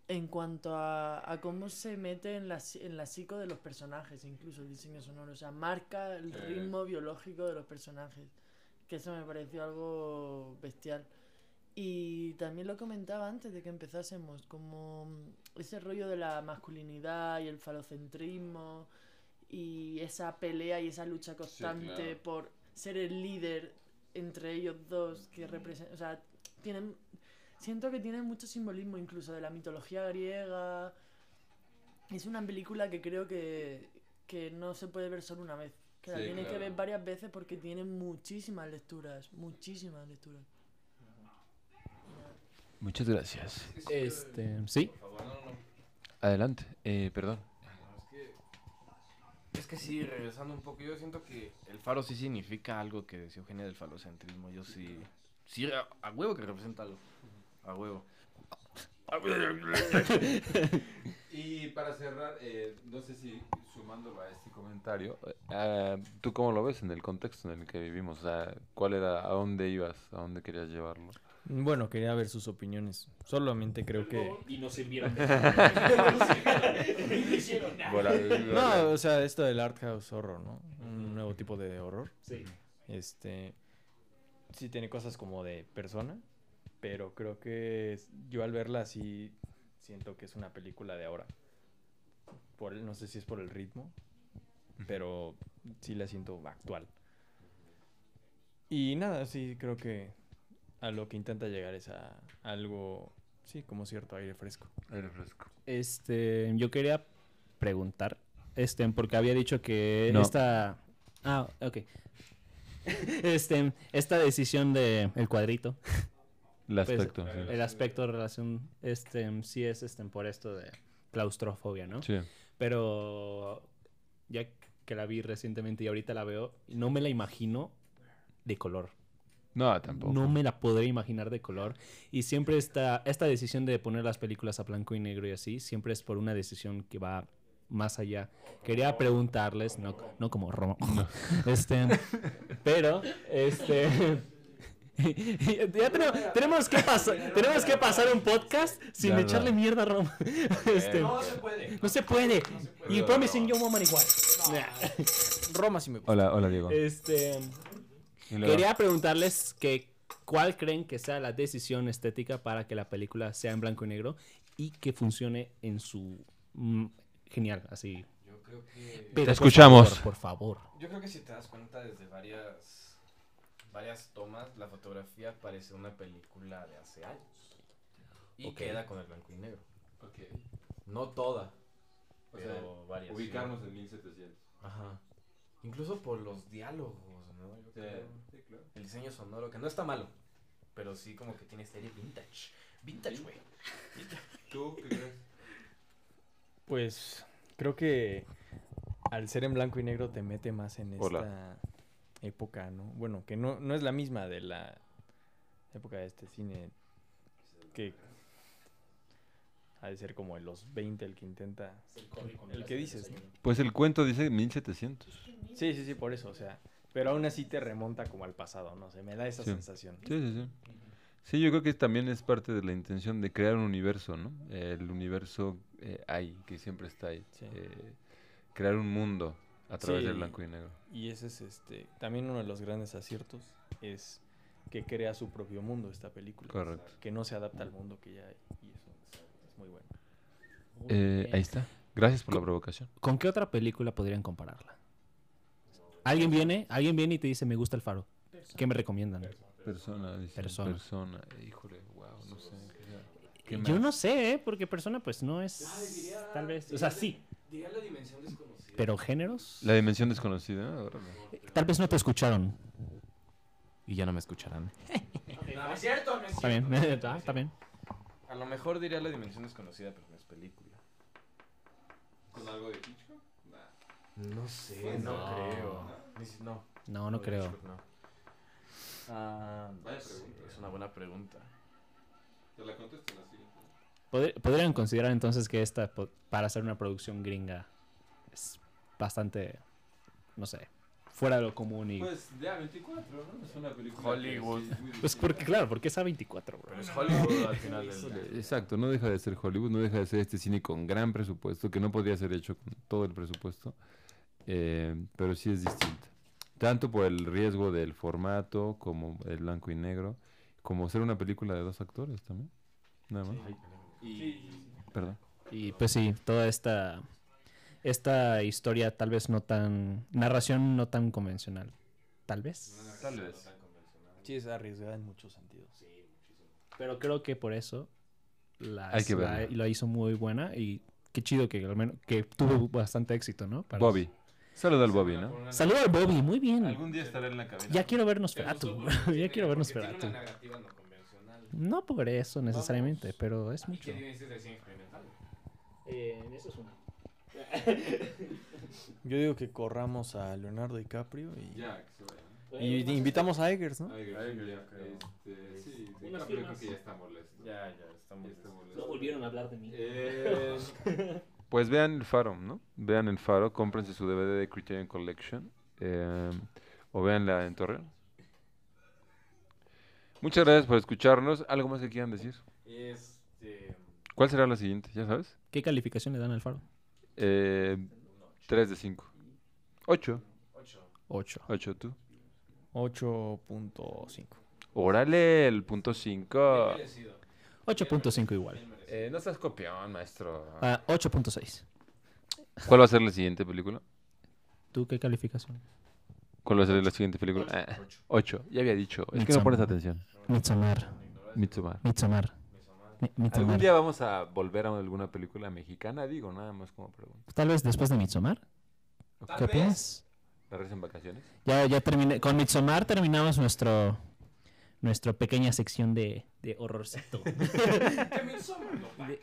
[SPEAKER 9] En cuanto a, a cómo se mete en la, psi- en la psico de los personajes, incluso el diseño sonoro. O sea, marca el
[SPEAKER 4] Sí.
[SPEAKER 9] ritmo biológico de los personajes. Que eso me pareció algo bestial. Y también lo comentaba antes de que empezásemos, como ese rollo de la masculinidad y el falocentrismo y esa pelea y esa lucha constante
[SPEAKER 4] claro.
[SPEAKER 9] por ser el líder entre ellos dos que representan, o sea, tienen siento que tienen mucho simbolismo incluso de la mitología griega. Es una película que creo que, que no se puede ver solo una vez, que la
[SPEAKER 4] Sí,
[SPEAKER 9] tienes
[SPEAKER 4] claro.
[SPEAKER 9] que ver varias veces porque tiene muchísimas lecturas, muchísimas lecturas.
[SPEAKER 1] Muchas gracias.
[SPEAKER 3] Este, sí.
[SPEAKER 1] Adelante. Eh, perdón.
[SPEAKER 2] Es que, es que sí, regresando un poco, yo siento que el faro sí significa algo que decía Eugenia del falocentrismo. Yo sí. Sí, a, a huevo que representa algo. A huevo.
[SPEAKER 1] Y para cerrar, eh, no sé si sumándolo a este comentario, eh, ah, ¿tú cómo lo ves en el contexto en el que vivimos? O sea, ¿cuál era, a dónde ibas, a dónde querías llevarlo?
[SPEAKER 5] Bueno, quería ver sus opiniones. Solamente creo que...
[SPEAKER 3] Y no sirvieron.
[SPEAKER 5] No, o sea, esto del art house horror, ¿no? Un nuevo tipo de horror.
[SPEAKER 3] Sí.
[SPEAKER 5] Este. Sí, tiene cosas como de persona. Pero creo que es- yo al verla sí siento que es una película de ahora. Por el- no sé si es por el ritmo. Pero sí la siento actual. Y nada, sí creo que a lo que intenta llegar es a algo. Sí, como cierto aire fresco.
[SPEAKER 1] Aire fresco.
[SPEAKER 3] Este, yo quería preguntar, este, porque había dicho que
[SPEAKER 1] No.
[SPEAKER 3] esta. Ah, ok. Este, esta decisión de el cuadrito,
[SPEAKER 1] El
[SPEAKER 3] Pues,
[SPEAKER 1] aspecto.
[SPEAKER 3] el aspecto de relación, este, sí es este por esto de claustrofobia, ¿no?
[SPEAKER 1] sí.
[SPEAKER 3] Pero ya que la vi recientemente y ahorita la veo, no me la imagino de color.
[SPEAKER 1] No, tampoco.
[SPEAKER 3] No me la podré imaginar de color. Y siempre esta, esta decisión de poner las películas a blanco y negro y así, siempre es por una decisión que va más allá. Quería preguntarles, no, no como Roma, este, pero, este... ya tenemos, tenemos que pasar, tenemos que pasar un podcast sin
[SPEAKER 1] Ya,
[SPEAKER 3] echarle
[SPEAKER 1] no.
[SPEAKER 3] mierda a Roma. Este,
[SPEAKER 4] No se puede.
[SPEAKER 3] no se puede. Y Promising Young Woman igual.
[SPEAKER 5] Roma sí me gusta.
[SPEAKER 1] Hola, hola, Diego.
[SPEAKER 3] Este...
[SPEAKER 1] Y luego-
[SPEAKER 3] Quería preguntarles que cuál creen que sea la decisión estética para que la película sea en blanco y negro y que funcione en su mm, genial, así.
[SPEAKER 4] Yo creo que.
[SPEAKER 3] Pero, por
[SPEAKER 1] escuchamos.
[SPEAKER 3] favor, Por favor.
[SPEAKER 4] Yo creo que si te das cuenta desde varias varias tomas, la fotografía parece una película de hace años. Y
[SPEAKER 3] Ok.
[SPEAKER 4] queda con el blanco y negro.
[SPEAKER 1] Ok.
[SPEAKER 4] No toda,
[SPEAKER 1] O
[SPEAKER 4] pero varias. sí.
[SPEAKER 1] Ubicarnos en 1700.
[SPEAKER 4] Ajá. Incluso por los diálogos, ¿no? Yo
[SPEAKER 1] Sí,
[SPEAKER 4] creo.
[SPEAKER 1] sí, claro.
[SPEAKER 4] El diseño sonoro, que no está malo, pero sí como que tiene serie vintage. Vintage, güey.
[SPEAKER 1] ¿Tú qué crees?
[SPEAKER 5] Pues creo que al ser en blanco y negro te mete más en esta
[SPEAKER 1] Hola.
[SPEAKER 5] época, ¿no? Bueno, que no, no es la misma de la época de este cine que ha de ser como de los 20 el que intenta... El que dices, ¿no?
[SPEAKER 1] Pues el cuento dice 1700.
[SPEAKER 5] Sí, sí, sí, por eso, o sea. Pero aún así te remonta como al pasado, no sé, me da esa
[SPEAKER 1] Sí.
[SPEAKER 5] sensación.
[SPEAKER 1] Sí, sí, sí. Sí, yo creo que también es parte de la intención de crear un universo, ¿no? El universo eh, ahí, que siempre está ahí.
[SPEAKER 5] Sí.
[SPEAKER 1] Eh, crear un mundo a través
[SPEAKER 5] Sí.
[SPEAKER 1] del blanco y negro.
[SPEAKER 5] Y ese es este, también uno de los grandes aciertos, es que crea su propio mundo esta película.
[SPEAKER 1] Correcto.
[SPEAKER 5] Que no se adapta al mundo que ya hay. Y eso es muy bueno.
[SPEAKER 1] Eh, ahí está. Gracias por la provocación.
[SPEAKER 3] ¿Con qué otra película podrían compararla? Alguien viene, alguien viene y te dice "Me gusta El faro". ¿Qué me recomiendan?
[SPEAKER 1] Persona, dice.
[SPEAKER 3] Persona.
[SPEAKER 1] Persona. Híjole, wow, no sé. ¿qué- qué
[SPEAKER 3] Yo
[SPEAKER 1] más?
[SPEAKER 3] no sé, ¿eh? porque persona pues no es tal vez, o sea, sí,
[SPEAKER 4] Ah, Diría la dimensión desconocida.
[SPEAKER 3] pero géneros
[SPEAKER 1] La dimensión desconocida. ¿no? Órale.
[SPEAKER 3] tal vez no te escucharon.
[SPEAKER 2] Y ya no me escucharán.
[SPEAKER 4] No, no es cierto, no es
[SPEAKER 3] Está bien, Ah, está está bien.
[SPEAKER 4] A lo mejor diría la dimensión desconocida, pero no es película. ¿Con algo de Hitchcock? No sé, no, Ah, creo. Ni si- No,
[SPEAKER 3] No, no
[SPEAKER 4] de
[SPEAKER 3] creo.
[SPEAKER 4] Hitchcock no. Ah, no
[SPEAKER 1] Vaya
[SPEAKER 4] sé,
[SPEAKER 1] pregunta.
[SPEAKER 4] es una buena pregunta.
[SPEAKER 1] Te la contestan así.
[SPEAKER 3] Podr- Podrían considerar entonces que esta, po- para hacer una producción gringa, es bastante, no sé, fuera de lo común y... Pues,
[SPEAKER 1] Pues de A24, ¿no? Es una película.
[SPEAKER 4] que Hollywood. sí
[SPEAKER 3] porque, claro, porque es A24, bro.
[SPEAKER 4] Pero es Hollywood al final del día.
[SPEAKER 1] Exacto, no deja de ser Hollywood, no deja de ser este cine con gran presupuesto, que no podría ser hecho con todo el presupuesto, eh, pero sí es distinto. Tanto por el riesgo del formato, como el blanco y negro, como ser una película de dos actores también. Nada más. Perdón.
[SPEAKER 3] Y pues sí, toda esta, esta historia tal vez no tan... Narración no tan convencional. Tal vez.
[SPEAKER 5] Tal vez. Sí, es arriesgada en muchos sentidos.
[SPEAKER 3] Pero creo que por eso la,
[SPEAKER 1] Hay que
[SPEAKER 3] la-
[SPEAKER 1] verla.
[SPEAKER 3] la hizo muy buena y qué chido que al menos que tuvo bastante éxito, ¿no? Para-
[SPEAKER 1] Bobby. Saluda al Bobby, ¿no?
[SPEAKER 3] Saluda al Bobby, muy bien.
[SPEAKER 4] día estaré en la cabina.
[SPEAKER 3] Ya quiero vernos Nosferatu. ya quiero vernos Nosferatu.
[SPEAKER 4] Tiene una narrativa no convencional.
[SPEAKER 3] No por eso necesariamente, pero es
[SPEAKER 4] ¿Y
[SPEAKER 3] mucho.
[SPEAKER 4] qué dices de cine experimental?
[SPEAKER 3] eso es una.
[SPEAKER 5] Yo digo que corramos a Leonardo DiCaprio y,
[SPEAKER 1] Ya,
[SPEAKER 5] y invitamos a Eggers, ¿no?
[SPEAKER 1] este, sí,
[SPEAKER 3] Unas creo firmas. que ya
[SPEAKER 1] está molesto.
[SPEAKER 4] Ya, Eh, ya, estamos.
[SPEAKER 3] a hablar de mí.
[SPEAKER 1] Pues vean el faro, ¿no? Vean el faro, cómprense su DVD de Criterion Collection. eh, o veanla en Torreón. Muchas gracias por escucharnos. ¿Algo más que quieran decir?
[SPEAKER 4] Este.
[SPEAKER 1] ¿Cuál será la siguiente? ¿Ya sabes?
[SPEAKER 3] ¿Qué calificación le dan al faro?
[SPEAKER 1] Eh, 3 de 5. 8.
[SPEAKER 3] 8.
[SPEAKER 1] 8 tú.
[SPEAKER 5] 8.5.
[SPEAKER 1] Órale, el punto 5.
[SPEAKER 3] 8.5 igual.
[SPEAKER 1] Eh, no seas copión, maestro.
[SPEAKER 3] Ah, 8.6.
[SPEAKER 1] ¿Cuál va a ser la siguiente película?
[SPEAKER 3] ¿Tú qué calificación?
[SPEAKER 1] ¿Cuál va a ser la siguiente película? 8. Ya había dicho. Es que no
[SPEAKER 3] Midsommar.
[SPEAKER 1] pones atención.
[SPEAKER 3] Midsommar.
[SPEAKER 1] Midsommar.
[SPEAKER 3] Midsommar. Mi-
[SPEAKER 1] Algún
[SPEAKER 3] Midsommar.
[SPEAKER 1] día vamos a volver a alguna película mexicana, digo, nada más como pregunta.
[SPEAKER 3] Tal vez después de Midsommar. ¿Qué opinas?
[SPEAKER 1] ¿La redes en vacaciones?
[SPEAKER 3] Ya, ya terminé. Con Midsommar terminamos nuestro nuestra pequeña sección de, de horrorcito. de,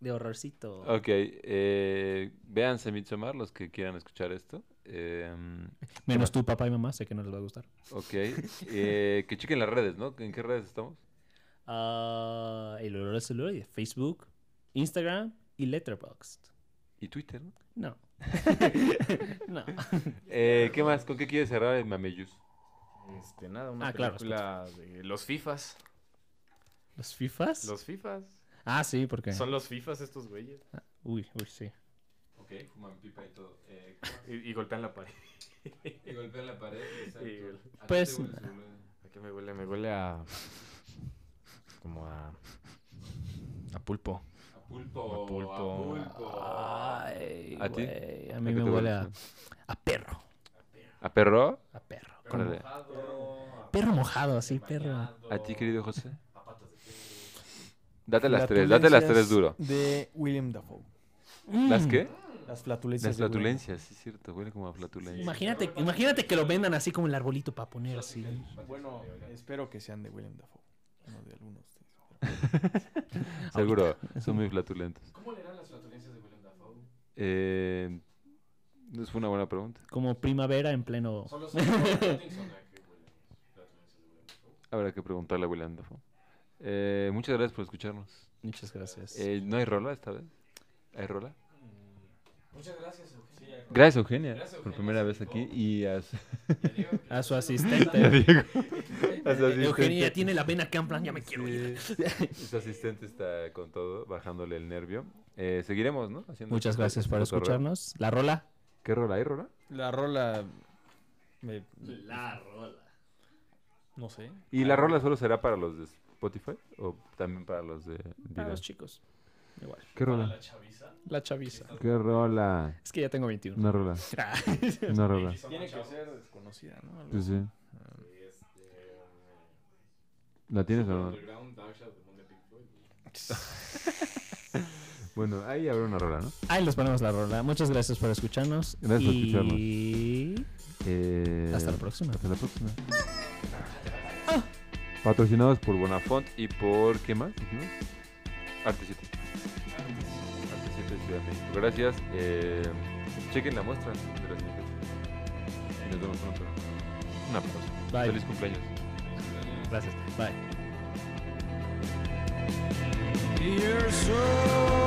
[SPEAKER 3] de horrorcito.
[SPEAKER 1] Ok, eh, véanse Midsommar los que quieran escuchar esto. em,
[SPEAKER 8] Menos tu papá y mamá, sé que no les va a gustar.
[SPEAKER 1] ok. eh, que chequen las redes, ¿no? ¿En qué redes estamos?
[SPEAKER 3] Ah, el olor al celular y Facebook, Instagram y Letterboxd.
[SPEAKER 1] Y Twitter, ¿no?
[SPEAKER 3] No. no.
[SPEAKER 1] Eh, ¿Qué más? ¿Con qué quieres cerrar el Mameyus?
[SPEAKER 4] Este, nada, una
[SPEAKER 3] Ah, claro,
[SPEAKER 4] película de los FIFAs.
[SPEAKER 3] ¿Los FIFAs?
[SPEAKER 4] Los FIFAs.
[SPEAKER 3] Ah, sí, porque.
[SPEAKER 4] Son los FIFAs estos güeyes.
[SPEAKER 3] Uy, uy, sí.
[SPEAKER 1] Ok, fuman pipa y todo.
[SPEAKER 4] Y, y golpean la pared.
[SPEAKER 1] y golpean la pared.
[SPEAKER 4] exacto. Y gol-
[SPEAKER 1] qué
[SPEAKER 3] Pues-
[SPEAKER 1] te
[SPEAKER 3] huele
[SPEAKER 4] ¿A qué me huele? Me huele a... Como a... A pulpo.
[SPEAKER 1] A pulpo.
[SPEAKER 4] A pulpo. a pulpo.
[SPEAKER 3] Ay,
[SPEAKER 1] ¿A ti?
[SPEAKER 3] güey, A
[SPEAKER 1] ¿A
[SPEAKER 3] mí
[SPEAKER 1] qué te
[SPEAKER 3] me huele
[SPEAKER 1] huele?
[SPEAKER 3] a, a perro.
[SPEAKER 1] ¿A perro?
[SPEAKER 3] A perro. con-
[SPEAKER 1] Órale.
[SPEAKER 3] Perro mojado, así, perro.
[SPEAKER 1] ¿A ti, querido José? Date las tres, date las tres duro.
[SPEAKER 5] flatulencias De William Dafoe.
[SPEAKER 1] ¿Las
[SPEAKER 3] Mm.
[SPEAKER 1] qué?
[SPEAKER 5] Las flatulencias.
[SPEAKER 1] Las
[SPEAKER 5] de William.
[SPEAKER 1] flatulencias, sí es cierto, huele como a flatulencia.
[SPEAKER 3] Imagínate, imagínate que lo vendan así como el arbolito para poner así.
[SPEAKER 5] Bueno, espero que sean de William Dafoe. No de algunos.
[SPEAKER 1] Seguro, son muy flatulentos.
[SPEAKER 4] ¿Cómo le dan las flatulencias de William Dafoe?
[SPEAKER 1] Eh, no fue una buena pregunta.
[SPEAKER 3] Como primavera en pleno.
[SPEAKER 4] Son los Pattinson, ¿a qué huelen las flatulencias de William Dafoe?
[SPEAKER 1] Habrá que preguntarle a William Dafoe. Eh, muchas gracias por escucharnos.
[SPEAKER 8] Muchas gracias.
[SPEAKER 1] Eh, ¿No hay rola esta vez? ¿Hay rola?
[SPEAKER 4] Muchas gracias, Eugenia.
[SPEAKER 1] Gracias, Eugenia,
[SPEAKER 4] Gracias,
[SPEAKER 1] por
[SPEAKER 4] Eugenia,
[SPEAKER 1] primera
[SPEAKER 4] se
[SPEAKER 1] vez
[SPEAKER 4] rifó.
[SPEAKER 1] aquí. Y
[SPEAKER 8] Oh.
[SPEAKER 1] a su- y a
[SPEAKER 3] A su asistente. Eh,
[SPEAKER 1] Diego. A su
[SPEAKER 3] Eugenia ya
[SPEAKER 1] asistente.
[SPEAKER 3] tiene la vena que en plan, ya me quiero ir.
[SPEAKER 1] Sí, Su asistente está con todo, bajándole el nervio. Eh, seguiremos, ¿no? Haciendo
[SPEAKER 8] Muchas
[SPEAKER 1] cosas,
[SPEAKER 8] gracias por
[SPEAKER 1] cotorreo.
[SPEAKER 8] escucharnos. La rola.
[SPEAKER 3] Ah,
[SPEAKER 1] ¿Qué rola hay, rola?
[SPEAKER 5] La rola. me-
[SPEAKER 3] La rola.
[SPEAKER 5] no sé.
[SPEAKER 8] Ah.
[SPEAKER 1] ¿Y la rola solo será para los de Spotify o también para los de
[SPEAKER 8] Para
[SPEAKER 1] Dida?
[SPEAKER 8] los chicos. Igual.
[SPEAKER 1] ¿Qué rola?
[SPEAKER 8] La chaviza.
[SPEAKER 1] ¿Qué rola?
[SPEAKER 8] Es que ya tengo 21.
[SPEAKER 1] Una rola. Una rola.
[SPEAKER 5] Tiene que ser desconocida, ¿no? Algo
[SPEAKER 1] Sí, sí. ¿La tienes o no? Bueno, ahí habrá una rola, ¿no?
[SPEAKER 8] Ahí les ponemos la rola. Muchas gracias por escucharnos.
[SPEAKER 1] Gracias por escucharnos.
[SPEAKER 8] Y
[SPEAKER 1] Eh,
[SPEAKER 8] hasta la próxima.
[SPEAKER 1] Hasta la próxima. Ah. Patrocinados por Bonafont y por ¿qué más? dijimos? Arte 7. Arte 7 Ciudad de México. Gracias. Eh, chequen la muestra de las mujeres. Y nos vemos pronto. Un aplauso.
[SPEAKER 8] Bye.
[SPEAKER 1] Feliz cumpleaños.
[SPEAKER 8] Gracias. Bye.
[SPEAKER 4] You're so